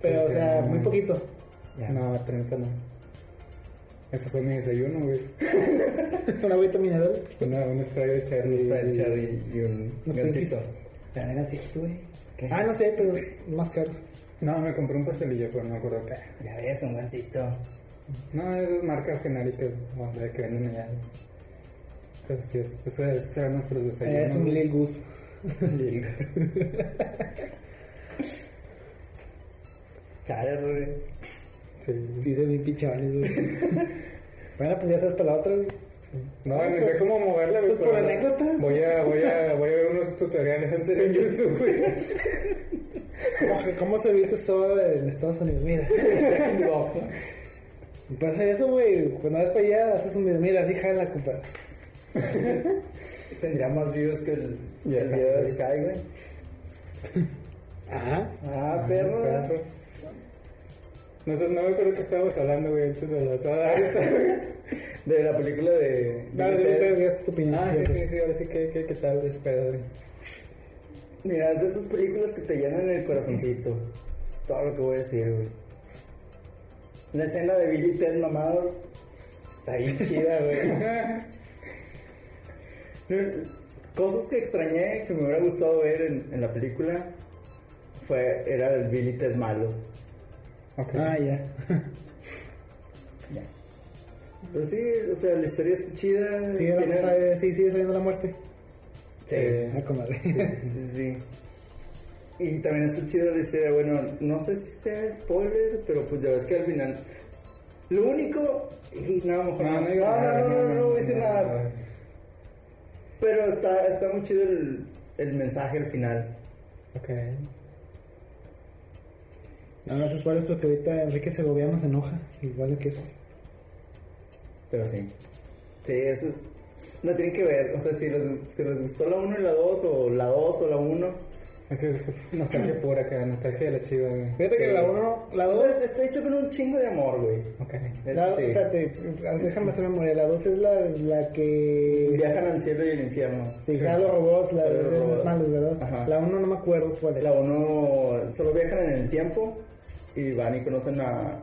S1: Pero
S2: Sí,
S1: o
S2: sí,
S1: sea,
S2: no,
S1: muy
S2: no.
S1: poquito.
S3: Ya.
S2: No, 30 no. Ese fue mi desayuno, güey.
S1: Una agüita mineral.
S2: Una, un spray de
S3: Un
S2: cherry.
S3: Sprite Cherry y un
S1: Unos
S3: gansito.
S1: Twinkies. La nena sí, güey.
S3: ¿Qué?
S1: Ah, no sé, pero es más caro.
S2: No, me compré un pastelillo, pero no me acuerdo qué.
S3: Ya ves, un gansito.
S2: No, esas marcas genéricas o de que venden allá. Pero sí, es- eso es- eran nuestros desayunos.
S1: Eh, es un Lil Goose.
S3: Chale, güey.
S2: Sí, sí.
S1: Sí, se bien pichales, güey. bueno, pues ya estás para la otra, güey.
S2: No, ni sé cómo moverla, güey.
S1: Pues por
S2: pero
S1: anécdota.
S2: Voy a, voy, a, voy a ver unos tutoriales antes en YouTube, güey.
S1: ¿Cómo, cómo se viste soda en Estados Unidos? Mira.
S3: Box, ¿no?
S1: Pasa eso, güey. Cuando vas para allá, haces un video. Mira, así jala, compadre.
S3: Tendría más views que el,
S2: Ya
S3: el
S2: está.
S3: video de Sky, güey.
S1: Ajá.
S3: Ah,
S2: Ah,
S3: perro.
S2: perro. No sé, no me acuerdo que estábamos hablando, güey, antes de la soda esta, güey.
S3: De la película de.
S1: Dale,
S3: Big
S1: yo
S3: Bang.
S1: te digas tu opinión.
S2: Ah, sí, sí, sí, ahora sí, ¿qué, qué, qué tal despedo, güey?
S3: Mira, es de estas películas que te llenan el corazoncito. Es todo lo que voy a decir, güey. La escena de Billy y Ted mamados está bien chida, güey. Cosas que extrañé que me hubiera gustado ver en, en la película fue era el Billy y Ted malos.
S2: Ok.
S1: Ah, ya.
S3: Ya. Pero Pues sí, o sea, la historia está chida.
S1: Sí, la
S3: tiene-
S1: cosa es- sí, sigue sabiendo la muerte.
S3: Sí.
S1: Ah, comadre.
S3: Sí, sí. Y también está chida la historia. Bueno, no sé si sea spoiler, pero pues ya ves que al final. Lo único. y No, mejor
S2: Ah, No,
S3: no,
S2: no
S3: no,
S2: digas nada,
S3: no, no, no,
S2: no,
S3: no voy a decir
S2: no, no,
S3: nada.
S2: no.
S3: Pero está, está muy chido el, el mensaje al final.
S2: Ok.
S1: No, no se spoilers porque ahorita Enrique Segovia nos enoja. Igual que eso.
S3: Pero sí. Sí, eso es- no tienen que ver. O sea, si les, si les gustó la 1 y la 2, o la 2 o la 1.
S2: Es que es nostalgia pura acá, nostalgia de la chida, güey.
S1: Fíjate que
S3: Sí.
S1: la 1, la 2.
S3: Entonces está hecho con un chingo de amor, güey.
S2: Ok.
S3: Eso
S1: La,
S3: sí.
S1: Espérate, déjame hacer memoria. La 2 es la, la que.
S3: Viajan al cielo y al infierno.
S1: Sí, ya los robots, la
S3: Sale
S1: de
S3: los
S1: los
S3: robots.
S1: malos, ¿verdad?
S3: Ajá.
S1: La 1 no me acuerdo cuál es.
S3: La uno solo viajan en el tiempo y van y conocen a...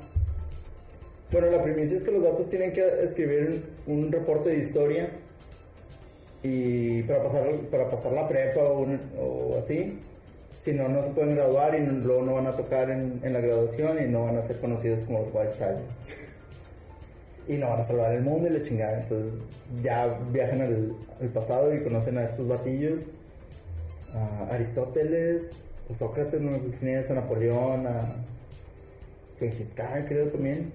S3: Bueno, la premisa es que los datos tienen que escribir un, un reporte de historia y para pasar, para pasar la prepa o, un- o así. Si no, no se pueden graduar y luego no van a tocar en, en la graduación y no van a ser conocidos como los White Stallions. Y no van a salvar el mundo y la chingada. Entonces ya viajan al, al pasado y conocen a estos batillos a Aristóteles, a Sócrates, no me acuerdo a Napoleón, a Gengis Khan, creo también.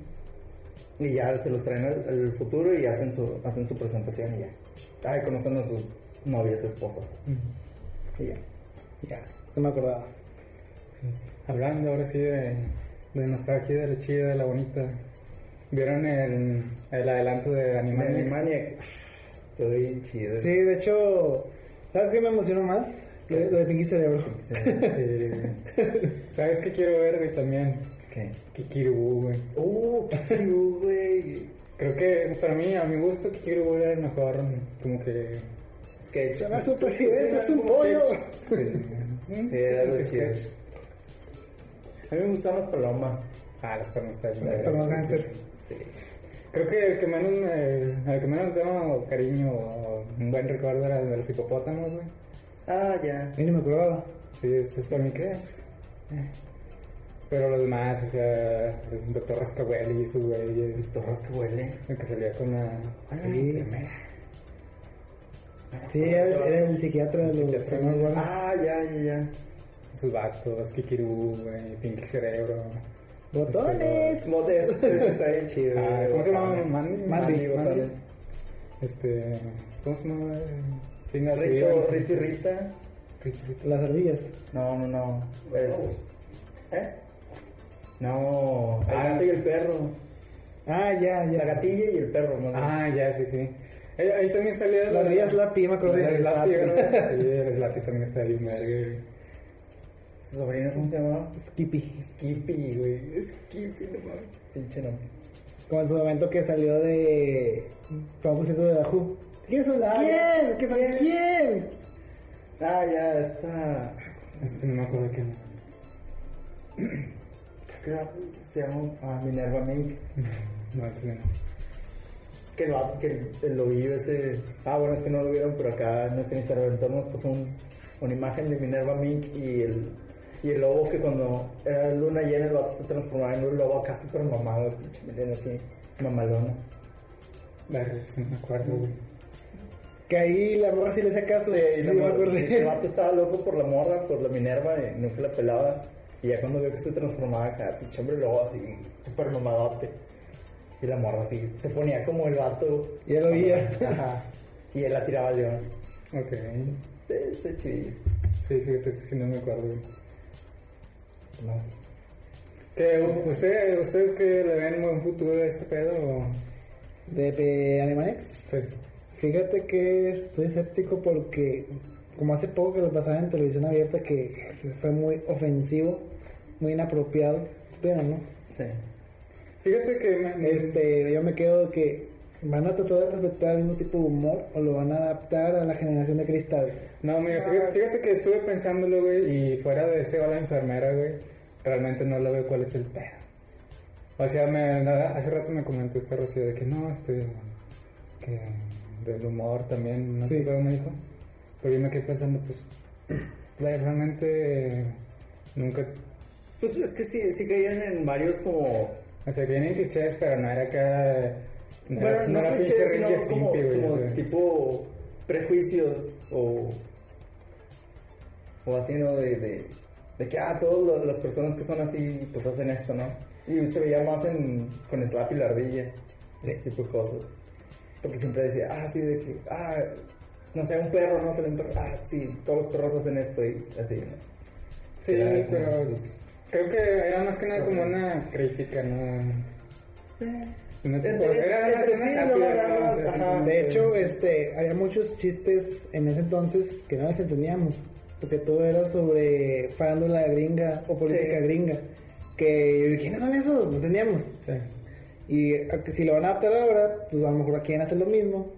S3: Y ya se los traen al, al futuro y hacen su, hacen su presentación y ya. Ay, conocen a sus novias, esposas. Y ya.
S1: Ya, no me acordaba.
S2: Sí. Hablando ahora sí de, de nostalgia, de la chida, de la bonita. ¿Vieron el, el adelanto de Animaniacs?
S3: Animaniacs. Estoy chido.
S1: Sí, de hecho, ¿sabes qué me emocionó más? Lo, lo de Pinky Cerebro.
S2: Sí. ¿Sabes qué quiero ver, güey, también?
S3: ¿Qué?
S2: Kikirubú, güey.
S3: Uh, qué chido, güey.
S2: Creo que para mí, a mi gusto, Kikirubú era el mejor, como que...
S3: Sketch.
S1: Se llama su presidente, es un pollo.
S2: Mm, Sí,
S3: Sí, era algo chido.
S2: sketch.
S3: A mí me gustan las palomas.
S2: Ah, las palmas están bien
S1: Las
S2: vergas,
S1: palomas
S2: sí, sí.
S1: gangsters.
S3: Sí.
S2: Creo que el que menos me, al que menos tengo cariño o un buen recuerdo era el de los hipopótamos, güey.
S3: Ah, ya.
S1: Yo ni me acordaba.
S2: Sí, eso es para mí que... pues, eh. Pero los demás, o sea, el doctor Rascabuel y sus güeyes,
S3: Torres que huele.
S2: el que salía con la...
S1: Ah,
S2: Sí.
S1: enfermera. Sí, era, el- era el psiquiatra de los
S2: Psiquiatra.
S1: hermanos Warner.
S3: Ah, ya, ya, ya.
S2: Sus vatos, Kikirú, güey, Pinky Cerebro.
S1: ¡Botones!
S3: Botes, está bien chido.
S2: Ah, ¿Cómo se llama?
S3: Botones.
S2: Mandy.
S1: Mandy,
S3: Botones.
S2: Este... ¿Cómo se llama? Chinga,
S3: Rito,
S2: Rivers.
S3: Rito y Rita.
S2: Rito y Rita.
S1: Las ardillas.
S3: No, no, no. Es... ¿Eh? No, el
S2: Ah.
S3: gato y el perro.
S1: Ah, ya, ya.
S3: La gatilla y el perro, más bien.
S2: Ah, ya, sí, sí. Ahí, ahí también salía...
S1: Las ardillas Slappy, me
S2: Los
S1: acordé.
S2: de Slappy, ¿verdad? Sí, el Slappy también está bien, verga, güey.
S3: Su sobrino, ¿cómo se llamaba?
S1: Skippy.
S3: Skippy, güey. Skippy, no mames. Pinche nombre.
S1: Como en su momento que salió de. Con un concierto de Dahu. ¿Quién son?
S3: Ah,
S1: ¿Quién? ¿Quién?
S3: ¿quién?
S1: son- ¿Quién?
S3: Ah, ya, está.
S2: Eso sí no me acuerdo quién. era.
S3: Creo que era- se llama ah, Minerva Mink.
S2: No, ese no.
S3: Que el, vato- que el, el ovillo ese. Ah, bueno, es que no lo vieron, pero acá nuestro interventor nos puso un- una imagen de Minerva Mink y el, y el lobo que cuando era luna llena el vato se transformaba en un lobo acá súper mamado, pinche Minerva así, mamalona.
S2: Verga, eso sí no me acuerdo, güey.
S1: Que ahí la morra sí le hacía caso. Sí,
S3: no,
S1: me
S3: El
S1: acordé.
S3: vato estaba loco por la morra, por la Minerva, y nunca la pelaba. Y ya cuando vio que se transformaba acá, pinche hombre lobo así, súper mamadote. Y la morra así, se ponía como el vato.
S1: Y él oía.
S3: Ajá. Y él la tiraba al león.
S2: Ok.
S3: Este, este chidillo.
S2: Sí, fíjate, eso sí no me acuerdo, güey.
S3: ¿Qué más?
S2: ¿Qué, u- usted, ¿Ustedes que le ven buen futuro a este pedo? O...
S1: De, de Animanex.
S2: Sí.
S1: Fíjate que estoy escéptico porque, como hace poco que lo pasaba en televisión abierta, que fue muy ofensivo, muy inapropiado. Pero no.
S3: Sí.
S2: Fíjate que me- me-
S1: Este, yo me quedo que van a tratar de respetar el mismo tipo de humor o lo van a adaptar a la generación de cristal.
S2: No, mira, fíjate, fíjate que estuve pensándolo, güey, y fuera de ese o la enfermera, güey, realmente no lo veo cuál es el pedo. O sea, me, nada, hace rato me comentó esta Rocío de que no, este, que del humor también, no
S1: Sí.
S2: sé cómo me dijo. Pero yo me quedé pensando, pues, güey, realmente nunca,
S3: Pues es que sí, sí caían en varios como.
S2: o sea, que vienen clichés, pero no era acá, no,
S3: bueno,
S2: era-
S3: no,
S2: no era
S3: clichés,
S2: pinche
S3: sino
S2: Ringy
S3: como,
S2: Stimpy, güey.
S3: como
S2: o sea.
S3: tipo prejuicios o. O así, ¿no? De, de, de que, ah, todas las- las personas que son así, pues hacen esto, ¿no? Y se veía más en, con Slap y la ardilla, ese tipo de cosas. Porque siempre decía, ah, sí, de que, ah, no sé, un perro, no sé, un perro, ah, sí, todos los perros hacen esto y así, ¿no?
S2: Sí,
S3: Era como-
S2: pero creo que era más que nada como una crítica, ¿no? Una tipo-
S3: Entre-
S2: era más
S3: entre
S2: una
S3: sí,
S2: sátira,
S3: no, nada
S2: ¿no?
S3: más,
S2: O sea,
S3: ajá. pues.
S2: como-
S1: De hecho, este, había muchos chistes en ese entonces que no les entendíamos, porque todo era sobre farándula gringa o política
S3: Sí.
S1: gringa. Que yo dije, ¿quiénes son esos? No entendíamos.
S2: Sí.
S1: Y a que si lo van a adaptar ahora, pues a lo mejor quieren hacer lo mismo,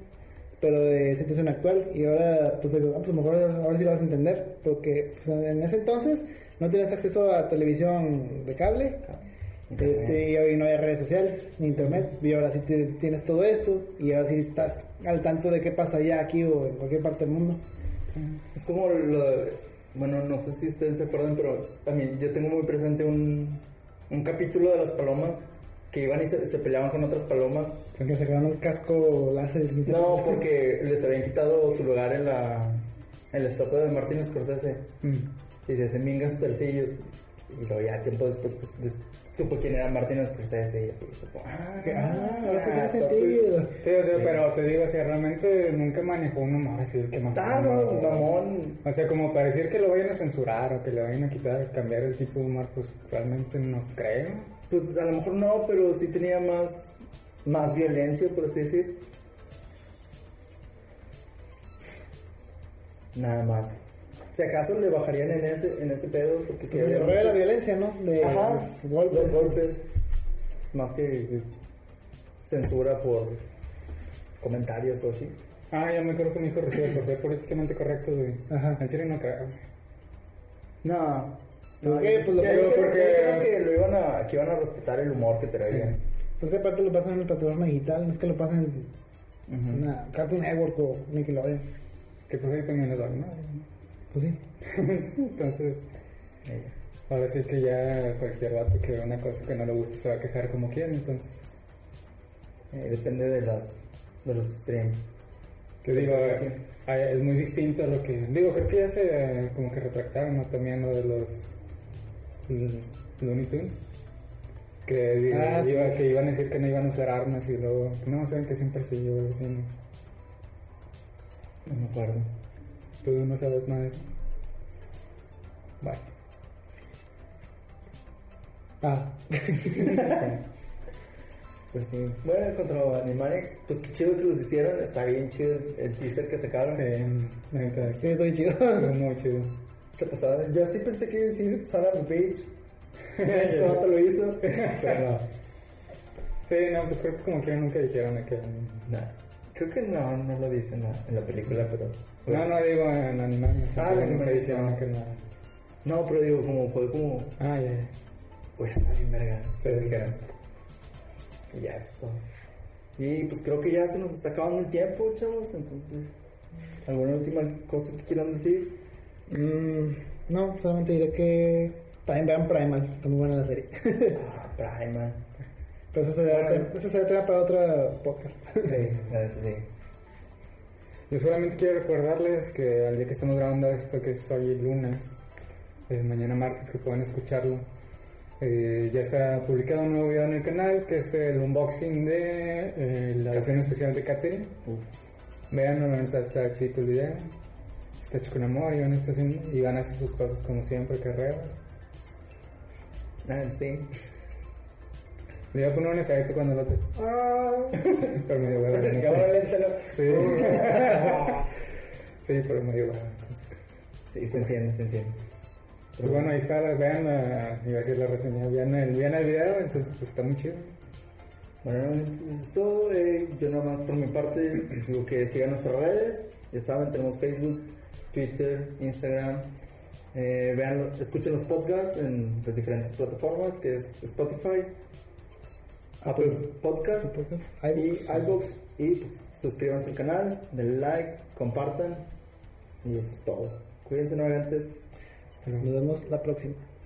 S1: pero de situación actual. Y ahora, pues, digo, ah, pues, a lo mejor ahora sí lo vas a entender, porque pues, en ese entonces no tenías acceso a televisión de cable, este, y hoy no hay redes sociales, ni internet, y ahora sí te- tienes todo eso, y ahora sí estás al tanto de qué pasa allá, aquí o en cualquier parte del mundo.
S3: Es como lo... Bueno, no sé si ustedes se acuerdan, pero también yo tengo muy presente un, un capítulo de las palomas que iban y se, se peleaban con otras palomas.
S1: Que se crearon un casco láser. ni sé.
S3: No, porque les habían quitado su lugar en la, en la estatua de Martin Scorsese
S2: Mm.
S3: y se hacen mingas tercillos. Y luego ya tiempo después pues, des- supo quién era Martin Scorsese y así. Tipo, ah,
S1: Que, ah, ahora
S3: ah,
S1: tiene
S3: está-
S1: sentido.
S2: Sí, o sea, pero te digo, o sea, realmente nunca manejó un humor así de que mamón,
S3: Está,
S2: mamón.
S3: no, mamón.
S2: O sea, como para decir que lo vayan a censurar o que le vayan a quitar, cambiar el tipo de humor, pues realmente no creo.
S3: Pues a lo mejor no, pero sí tenía más, más violencia, por así decir. Nada más. Si acaso le bajarían en ese, en ese pedo, porque si
S1: Se
S3: había
S1: revuelve la
S3: muchos-
S1: violencia, ¿no? De
S3: Ajá,
S1: los golpes.
S3: los golpes. Más que eh, censura por comentarios o así.
S2: Ah, ya me acuerdo que me dijo Rocío, por ser políticamente correcto, güey. Ah,
S1: Ajá.
S2: En serio no creo, güey.
S3: No.
S1: Pues ok, pues lo
S3: Ya,
S1: creo
S3: yo creo-
S2: porque-
S3: yo creo que lo iban a, que iban a respetar el humor que traían.
S1: Pues que aparte lo pasan en la plataforma digital, no es que lo pasen en
S3: Ujú.
S1: una Cartoon Network o Nickelodeon.
S2: Que pues ahí también les vale madre, ¿no?
S1: Pues sí.
S2: Entonces,
S3: Eh,
S2: ahora sí que ya cualquier vato que vea una cosa que no le gusta se va a quejar como quiera, entonces.
S3: Eh, depende de las de los streams.
S2: Que digo,
S3: Sí.
S2: eh, eh, es muy distinto a lo que. Digo, creo que ya se eh, como que retractaron, ¿no? También lo de los mm, Looney Tunes. Que, di-
S1: Ah, sí.
S2: iba- que iban a decir que no iban a usar armas y luego, no, saben que siempre sí, yo sí, no.
S3: No me acuerdo.
S2: Tú no sabes nada de eso. Bueno,
S1: Ah,
S3: Pues sí. Bueno, contra Animanex, pues qué chido que los hicieron. Está bien chido el teaser que sacaron.
S2: sí, la neta,
S1: sí, estoy chido.
S2: es muy chido.
S3: Se pasaba. Yo sí pensé que iba a decir Sarah Page. Este vato lo hizo. Pero no.
S2: Sí, no, pues creo que como quiera nunca dijeron de que... mm,
S3: Nah. Creo que no, no lo dicen en la, en la película, pero.
S2: No, no digo en anime, o sea,
S3: Ah,
S2: creo que
S3: en
S2: nunca
S3: anime,
S2: dijeron
S3: no.
S2: que nada.
S3: No, pero digo, como fue como.
S2: Ah, ya, ya.
S3: Pues está bien, verga.
S2: Sí.
S3: Se lo dijeron. Y ya esto. Y pues creo que ya se nos está acabando el tiempo, chavos. Entonces, ¿alguna última cosa que quieran decir?
S1: Mm, no, solamente diré que también vean Primal, está muy buena la serie.
S3: Ah, Prima.
S1: Pero eso será, eso será tema para otra podcast.
S3: Sí, la neta sí.
S2: Yo solamente quiero recordarles que al día que estamos grabando esto, que es hoy lunes, eh, mañana martes, que pueden escucharlo, eh, ya está publicado un nuevo video en el canal, que es el unboxing de eh, la versión especial de Catherine.
S3: Uf.
S2: Vean, la neta está chido el video. Está hecho con amor, Iván está haciendo, Iván hace sus cosas como siempre, carreras.
S3: Ah, sí.
S2: Le voy a poner un efecto cuando lo hace. Pero medio
S3: Cámara
S2: verdad.
S3: lenta, ¿no?
S2: Sí. sí, pero medio verdad. Entonces.
S3: Sí, se entiende, se entiende.
S2: Pues bueno, ahí está, la- vean la, iba a decir la reseña, vean el, vean el video, entonces pues está muy chido.
S3: Bueno, entonces es todo. eh, yo nada más por mi parte les digo que sigan nuestras redes. Ya saben, tenemos Facebook, Twitter, Instagram. Eh, vean, escuchen los podcasts en las diferentes plataformas que es Spotify, Apple Podcast
S1: Podcast,
S3: y
S1: iVoox.
S3: iBox. Y pues, suscríbanse al canal, denle like, compartan. Y eso es todo. Cuídense navegantes.
S2: Hasta luego.
S1: Nos vemos la próxima.